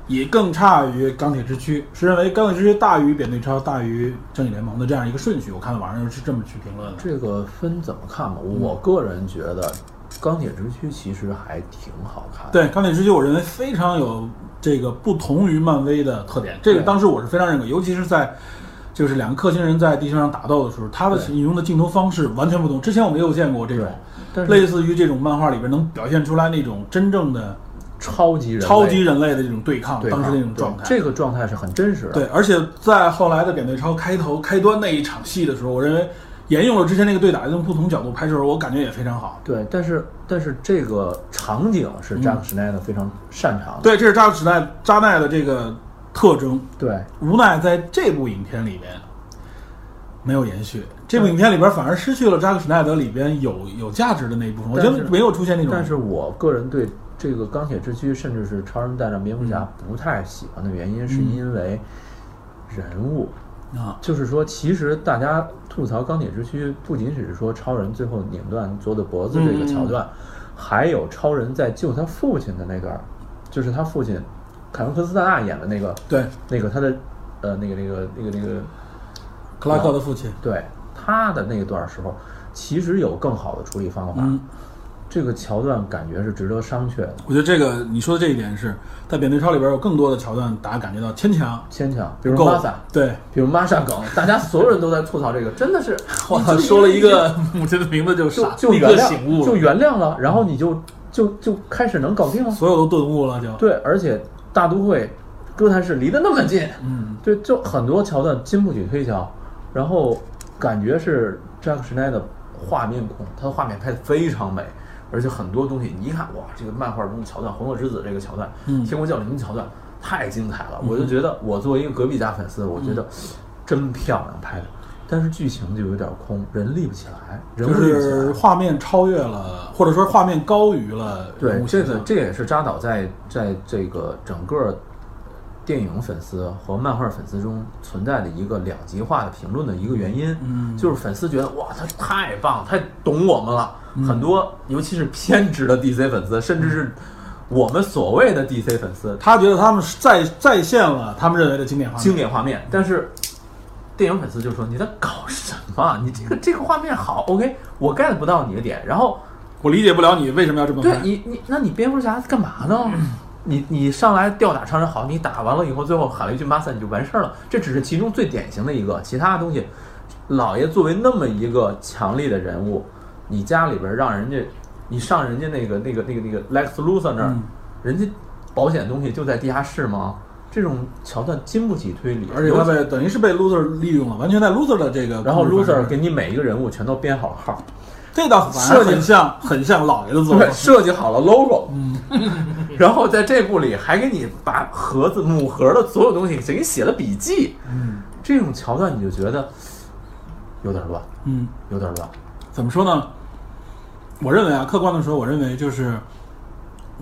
Speaker 2: 也更差于《钢铁之躯》，是认为《钢铁之躯》大于《扁对超》大于《正义联盟》的这样一个顺序。我看到网上是这么去评论的。
Speaker 3: 这个分怎么看吧？
Speaker 2: 嗯
Speaker 3: 我个人觉得，《钢铁之躯》其实还挺好看的。
Speaker 2: 对《钢铁之躯》，我认为非常有这个不同于漫威的特点。这个
Speaker 3: 对
Speaker 2: 当时我是非常认可，尤其是在就是两个克星人在地球上打斗的时候，他的
Speaker 3: 对
Speaker 2: 使用的镜头方式完全不同。之前我没有见过这种
Speaker 3: 对但是
Speaker 2: 类似于这种漫画里边能表现出来那种真正的
Speaker 3: 超级人类，
Speaker 2: 超级人类的这种对抗，
Speaker 3: 对
Speaker 2: 啊当时
Speaker 3: 抗
Speaker 2: 那种
Speaker 3: 对
Speaker 2: 状态。
Speaker 3: 这个状态是很真实的。
Speaker 2: 对，而且在后来的扁鹊超开头开端那一场戏的时候，我认为。沿用了之前那个对打，用不同角度拍摄，我感觉也非常好。
Speaker 3: 对，但是但是这个场景是
Speaker 2: 嗯
Speaker 3: 扎克施奈德非常擅长的。
Speaker 2: 对，这是扎克时代扎奈的这个特征。
Speaker 3: 对
Speaker 2: 无奈在这部影片里边没有延续，这部影片里边反而失去了扎克施奈德里边有有价值的那一部分。我觉
Speaker 3: 但
Speaker 2: 得
Speaker 3: 是
Speaker 2: 没有出现那种，
Speaker 3: 但是我个人对这个钢铁之躯，甚至是超人大战蝙蝠侠
Speaker 2: 嗯
Speaker 3: 不太喜欢的原因，是因为人物。
Speaker 2: 啊，
Speaker 3: 就是说，其实大家吐槽钢铁之躯，不仅只是说超人最后拧断佐的脖子这个
Speaker 2: 嗯
Speaker 3: 桥段，还有超人在救他父亲的那段儿，就是他父亲凯文·科斯塔纳演的那个，
Speaker 2: 对，
Speaker 3: 那个他的呃那个那个那个那个，
Speaker 2: 克拉克的父亲，
Speaker 3: 对他的那段儿时候，其实有更好的处理方法。
Speaker 2: 嗯，
Speaker 3: 这个桥段感觉是值得商榷的，
Speaker 2: 我觉得这个你说的这一点是在扁鹊超里边有更多的桥段，大家感觉到牵强，
Speaker 3: 牵强，比如
Speaker 2: 够
Speaker 3: 玛莎，
Speaker 2: 对，
Speaker 3: 比如玛莎梗，大家所有人都在吐槽这个，真的是
Speaker 2: 我
Speaker 3: 你就
Speaker 2: 说了一个 母亲的名字就
Speaker 3: 就
Speaker 2: 傻，
Speaker 3: 就
Speaker 2: 立
Speaker 3: 原
Speaker 2: 刻
Speaker 3: 谅，
Speaker 2: 醒悟
Speaker 3: 就
Speaker 2: 了，
Speaker 3: 原谅了，然后你就就就开始能搞定了。
Speaker 2: 所有都顿悟了，就
Speaker 3: 对，而且大都会、哥谭市离得那么近，
Speaker 2: 嗯，
Speaker 3: 对，就很多桥段经不起推敲，然后感觉是扎克施奈的画面控，他的画面拍得非常美，而且很多东西你一看，哇，这个漫画中的桥段，《红色之子》这个桥段，
Speaker 2: 嗯
Speaker 3: 天国降临》的桥段太精彩了，我就觉得我作为一个隔壁家粉丝，我
Speaker 2: 嗯
Speaker 3: 觉得真漂亮拍的。但是剧情就有点空，人立不起来，人
Speaker 2: 就
Speaker 3: 物立不起来。
Speaker 2: 是画面超越了，或者说画面高于了人
Speaker 3: 对
Speaker 2: 物，
Speaker 3: 这
Speaker 2: 形
Speaker 3: 个
Speaker 2: 象
Speaker 3: 这也是扎导在在这个整个电影粉丝和漫画粉丝中存在的一个两极化的评论的一个原因。
Speaker 2: 嗯
Speaker 3: 就是粉丝觉得哇，他太棒，太懂我们了。
Speaker 2: 嗯
Speaker 3: 很多，尤其是偏执的 DC 粉丝，甚至是我们所谓的 DC 粉丝，
Speaker 2: 他觉得他们是再再现了他们认为的经典画面，
Speaker 3: 经典画面，但是电影粉丝就说你在搞什么？你这个这个画面好，OK，我 get 不到你的点，然后。
Speaker 2: 我理解不了你为什么要这么
Speaker 3: 对
Speaker 2: 拍。
Speaker 3: 你，你那你蝙蝠侠干嘛呢？你你上来吊打超人好，你打完了以后，最后喊了一句“马赛”，你就完事儿了。这只是其中最典型的一个，其他的东西，老爷作为那么一个强力的人物，你家里边儿让人家，你上人家那个那个那个那个 Lex Luthor 那儿，
Speaker 2: 嗯
Speaker 3: 人家保险东西就在地下室吗？这种桥段经不起推理，
Speaker 2: 而且
Speaker 3: 尤
Speaker 2: 他
Speaker 3: 其
Speaker 2: 被等于是被 loser 利用了，完全在 loser 的这个
Speaker 3: 然后
Speaker 2: 故事发
Speaker 3: Luthor
Speaker 2: 生
Speaker 3: 给你每一个人物全都编好号，
Speaker 2: 这倒反而很像很像老爷的作
Speaker 3: 对，
Speaker 2: 风，
Speaker 3: 设计好了 logo，嗯， 然后在这部里还给你把盒子母盒的所有东西给你写了笔记，
Speaker 2: 嗯
Speaker 3: 这种桥段你就觉得有点乱，
Speaker 2: 嗯，
Speaker 3: 有点乱，
Speaker 2: 怎么说呢？我认为啊，客观的说，我认为就是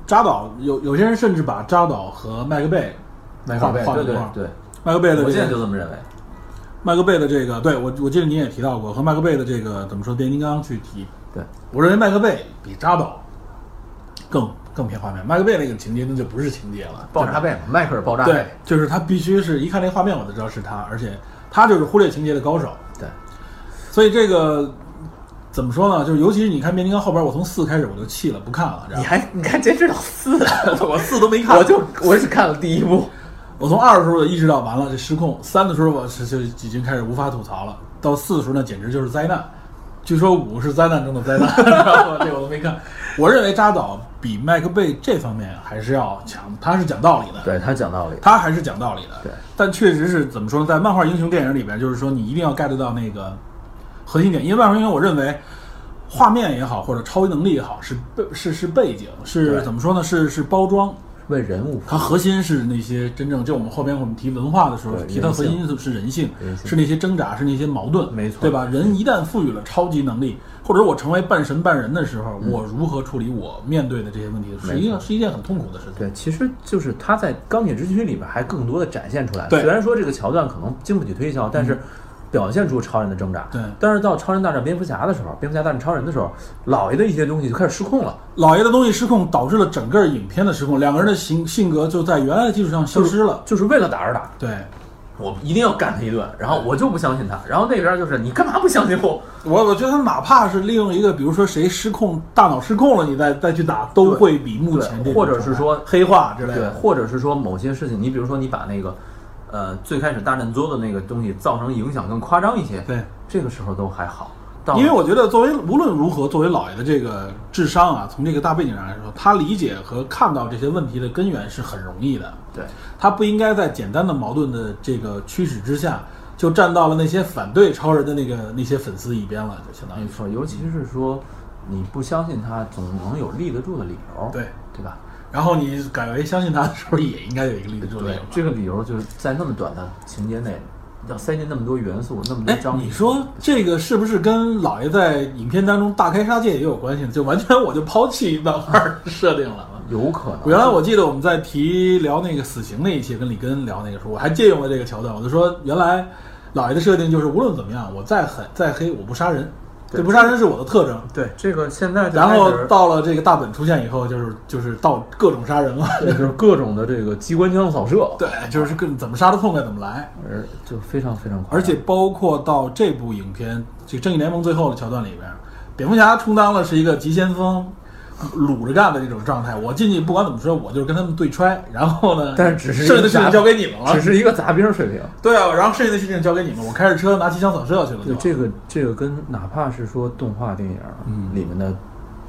Speaker 2: 扎导有有些人甚至把扎导和麦克贝
Speaker 3: 麦克贝，
Speaker 2: 画
Speaker 3: 对
Speaker 2: 画
Speaker 3: 对
Speaker 2: 画
Speaker 3: 对，
Speaker 2: 麦克贝的
Speaker 3: 我现在
Speaker 2: 这
Speaker 3: 就
Speaker 2: 个
Speaker 3: 这么认为，
Speaker 2: 麦克贝的这个，对我我记得你也提到过，和麦克贝的这个怎么说变形金刚去提，
Speaker 3: 对，
Speaker 2: 我认为麦克贝比扎导更更偏画面，麦克贝那个情节那就不是情节了，
Speaker 3: 爆炸贝嘛，迈克尔爆炸贝
Speaker 2: 对，，就是他必须是一看这画面我就知道是他，而且他就是忽略情节的高手。
Speaker 3: 对，
Speaker 2: 所以这个怎么说呢？就是尤其是你看《变形金刚》后边，我从四开始我就弃了，不看了。然
Speaker 3: 你
Speaker 2: 后
Speaker 3: 还你还截止到 四，
Speaker 2: 我四都没
Speaker 3: 我
Speaker 2: 我就
Speaker 3: 就我只看了第一部，
Speaker 2: 我从二的时候就意识到完了这失控，三的时候我是就已经开始无法吐槽了，到四的时候呢简直就是灾难。据说五是灾难中的灾难， 然后这我都没看。我认为扎导比麦克贝这方面还是要强，他是讲道理的。
Speaker 3: 对他讲道理，
Speaker 2: 他还是讲道理的。
Speaker 3: 对，
Speaker 2: 但确实是怎么说呢，在漫画英雄电影里边，就是说你一定要 get 到那个核心点，因为漫画英雄，我认为画面也好，或者超能力也好，是背是是背景，是
Speaker 3: 对
Speaker 2: 怎么说呢？是是包装。
Speaker 3: 为人物
Speaker 2: 它核心是那些真正，就我们后边我们提文化的时候
Speaker 3: 对
Speaker 2: 提到
Speaker 3: 人
Speaker 2: 核
Speaker 3: 性
Speaker 2: 心是人性，
Speaker 3: 人性
Speaker 2: 是那些挣扎，是那些矛盾，
Speaker 3: 没错嗯
Speaker 2: 对吧？人一旦赋予了超级能力，或者我成为半神半人的时候，
Speaker 3: 嗯
Speaker 2: 我如何处理我面对的这些问题，实际上是一件很痛苦的事情。
Speaker 3: 对，其实就是他在《钢铁之躯》里面还更多的展现出来。
Speaker 2: 对嗯
Speaker 3: 虽然说这个桥段可能经不起推敲，但是表现出超人的挣扎。
Speaker 2: 对
Speaker 3: 但是到超人大战蝙蝠侠的时候，蝙蝠侠大战超人的时候，老爷的一些东西就开始失控了。
Speaker 2: 老爷的东西失控，导致了整个影片的失控，两个人的性性格就在原来的基础上消失了。
Speaker 3: 就是为了打而打，
Speaker 2: 对，
Speaker 3: 我一定要干他一顿，然后我就不相信他，然后那边就是你干嘛不相信我？
Speaker 2: 我我觉得哪怕是利用一个，比如说谁失控，大脑失控了，你再再去打，都会比目前这
Speaker 3: 对
Speaker 2: 种
Speaker 3: 或者是说
Speaker 2: 黑化之类
Speaker 3: 对，
Speaker 2: 的。
Speaker 3: 或者是说某些事情，你比如说你把那个，呃，最开始大战桌的那个东西造成影响更夸张一些，
Speaker 2: 对，
Speaker 3: 这个时候都还好。到
Speaker 2: 因为我觉得作为无论如何，作为老爷的这个智商啊，从这个大背景上来说，他理解和看到这些问题的根源是很容易的。
Speaker 3: 对
Speaker 2: 他不应该在简单的矛盾的这个驱使之下，就站到了那些反对超人的那个那些粉丝一边了，就相当于
Speaker 3: 啊没错，尤其是说你不相信他，总能有立得住的理由，
Speaker 2: 对
Speaker 3: 对吧？
Speaker 2: 然后你改为相信他的时候，也应该有一个立得住的理由吧。
Speaker 3: 这个理由就是在那么短的情节内，要塞进那么多元素，那么多
Speaker 2: 哎，
Speaker 3: 章节。
Speaker 2: 你说这个是不是跟老爷在影片当中大开杀戒也有关系呢？就完全我就抛弃漫画的设定了。
Speaker 3: 有可能？
Speaker 2: 原来我记得我们在提聊那个死刑那一期，跟李根聊那个时候，我还借用了这个桥段，我就说原来老爷的设定就是无论怎么样，我再狠再黑，我不杀人，这不杀人是我的特征。
Speaker 3: 对这个现在就
Speaker 2: 然后
Speaker 3: 开始
Speaker 2: 到了这个大本出现以后，就是就是到各种杀人了，
Speaker 3: 这就是各种的这个机关枪扫射，
Speaker 2: 对，就是更怎么杀的痛快怎么来。
Speaker 3: 而就非常非常快，
Speaker 2: 而且包括到这部影片这个《正义联盟》最后的桥段里边，蝙蝠侠充当了是一个急先锋，撸着干的那种状态。我进去不管怎么说，我就是跟他们对揣，然后呢，
Speaker 3: 但是只是
Speaker 2: 剩下的事情交给你们
Speaker 3: 只
Speaker 2: 了。
Speaker 3: 是一个杂兵水平。
Speaker 2: 对啊，然后剩下的事情交给你们，我开着车拿机枪扫射去了。
Speaker 3: 对
Speaker 2: 就
Speaker 3: 这个这个跟哪怕是说动画电影里面的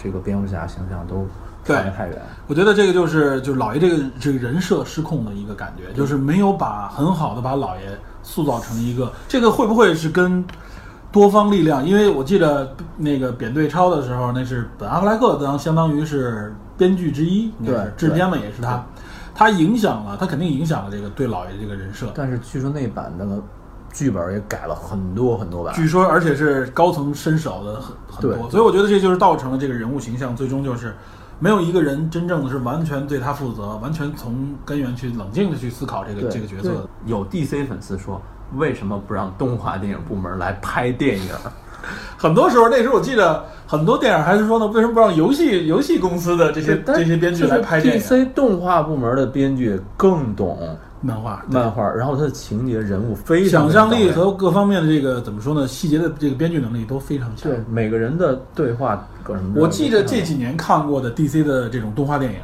Speaker 3: 这个蝙蝠侠形象都
Speaker 2: 嗯对
Speaker 3: 差得太远。
Speaker 2: 我觉得这个就是就是老爷这个这个人设失控的一个感
Speaker 3: 嗯
Speaker 2: 觉，就是没有把很好的把老爷塑造成一个这个会不会是跟多方力量？因为我记得那个扁对超的时候，那是本阿弗莱克当相当于是编剧之一，应该是
Speaker 3: 对
Speaker 2: 制片嘛也是他，他影响了他肯定影响了这个对老爷这个人设。
Speaker 3: 但是据说那版的剧本也改了很多很多版，
Speaker 2: 据说，而且是高层身手的很很多，
Speaker 3: 对
Speaker 2: 所以我觉得这就是造成了这个人物形象，最终就是没有一个人真正的是完全对他负责，完全从根源去冷静的去思考这个
Speaker 3: 对
Speaker 2: 这个角
Speaker 3: 对
Speaker 2: 色。
Speaker 3: 有 DC 粉丝说，为什么不让动画电影部门来拍电影？
Speaker 2: 很多时候，那时候我记得很多电影还是说呢，为什么不让游戏游戏公司的这些这些编剧来拍电影
Speaker 3: DC 动画部门的编剧更懂
Speaker 2: 漫画？
Speaker 3: 漫画，然后他的情节、人物非常
Speaker 2: 想象力
Speaker 3: 的到位
Speaker 2: 和各方面的这个怎么说呢？细节的这个编剧能力都非常强。
Speaker 3: 对每个人的对话各什么的。
Speaker 2: 我记得这几年看过的 DC 的这种动画电影，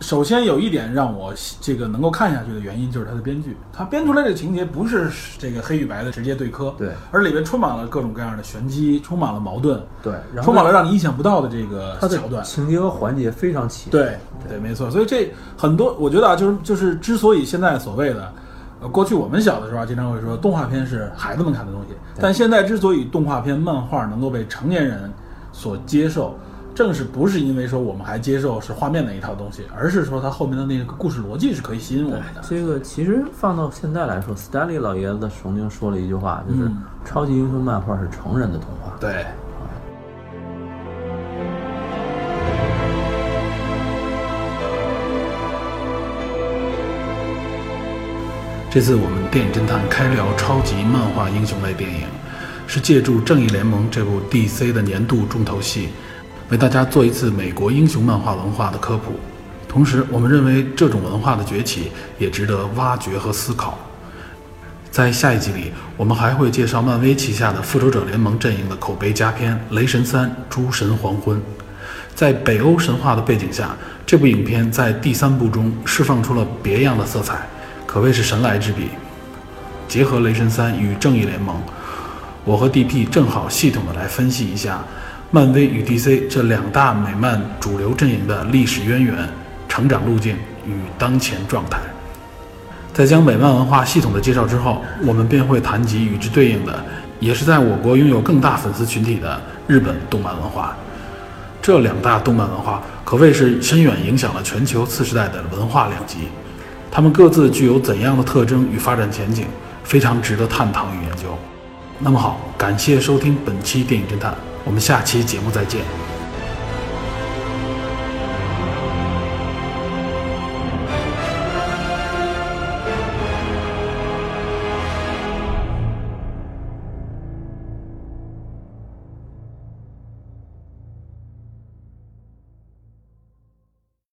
Speaker 2: 首先有一点让我喜这个能够看下去的原因就是它的编剧，它编出来的情节不是这个黑与白的直接对磕，
Speaker 3: 对
Speaker 2: 而里面充满了各种各样的玄机，充满了矛盾，
Speaker 3: 对，然后
Speaker 2: 充满了让你意想不到的这个
Speaker 3: 他的
Speaker 2: 桥段。
Speaker 3: 情节和环节非常齐。
Speaker 2: 对对，没错。所以这很多，我觉得啊，就是就是，之所以现在所谓的，呃，过去我们小的时候啊，经常会说动画片是孩子们看的东西，但现在之所以动画片、漫画能够被成年人所接受，正是不是因为说我们还接受是画面那一套东西，而是说它后面的那个故事逻辑是可以吸引我们的。
Speaker 3: 这个其实放到现在来说，Stanley 老爷子曾经说了一句话，就是
Speaker 2: 嗯
Speaker 3: 超级英雄漫画是成人的童话。
Speaker 2: 对，这次我们电影侦探开聊超级漫画英雄类电影，是借助《正义联盟》这部 DC 的年度重头戏，为大家做一次美国英雄漫画文化的科普。同时，我们认为这种文化的崛起也值得挖掘和思考。在下一集里，我们还会介绍漫威旗下的复仇者联盟阵营的口碑佳片《雷神三：诸神黄昏》。在北欧神话的背景下，这部影片在第三部中释放出了别样的色彩，可谓是神来之笔。结合《雷神三》与《正义联盟》，我和 DP 正好系统的来分析一下漫威与 DC 这两大美漫主流阵营的历史渊源、成长路径与当前状态。在将美漫文化系统的介绍之后，我们便会谈及与之对应的，也是在我国拥有更大粉丝群体的日本动漫文化。这两大动漫文化可谓是深远影响了全球次时代的文化两极，它们各自具有怎样的特征与发展前景，非常值得探讨与研究。那么好，感谢收听本期电影侦探，我们下期节目再见。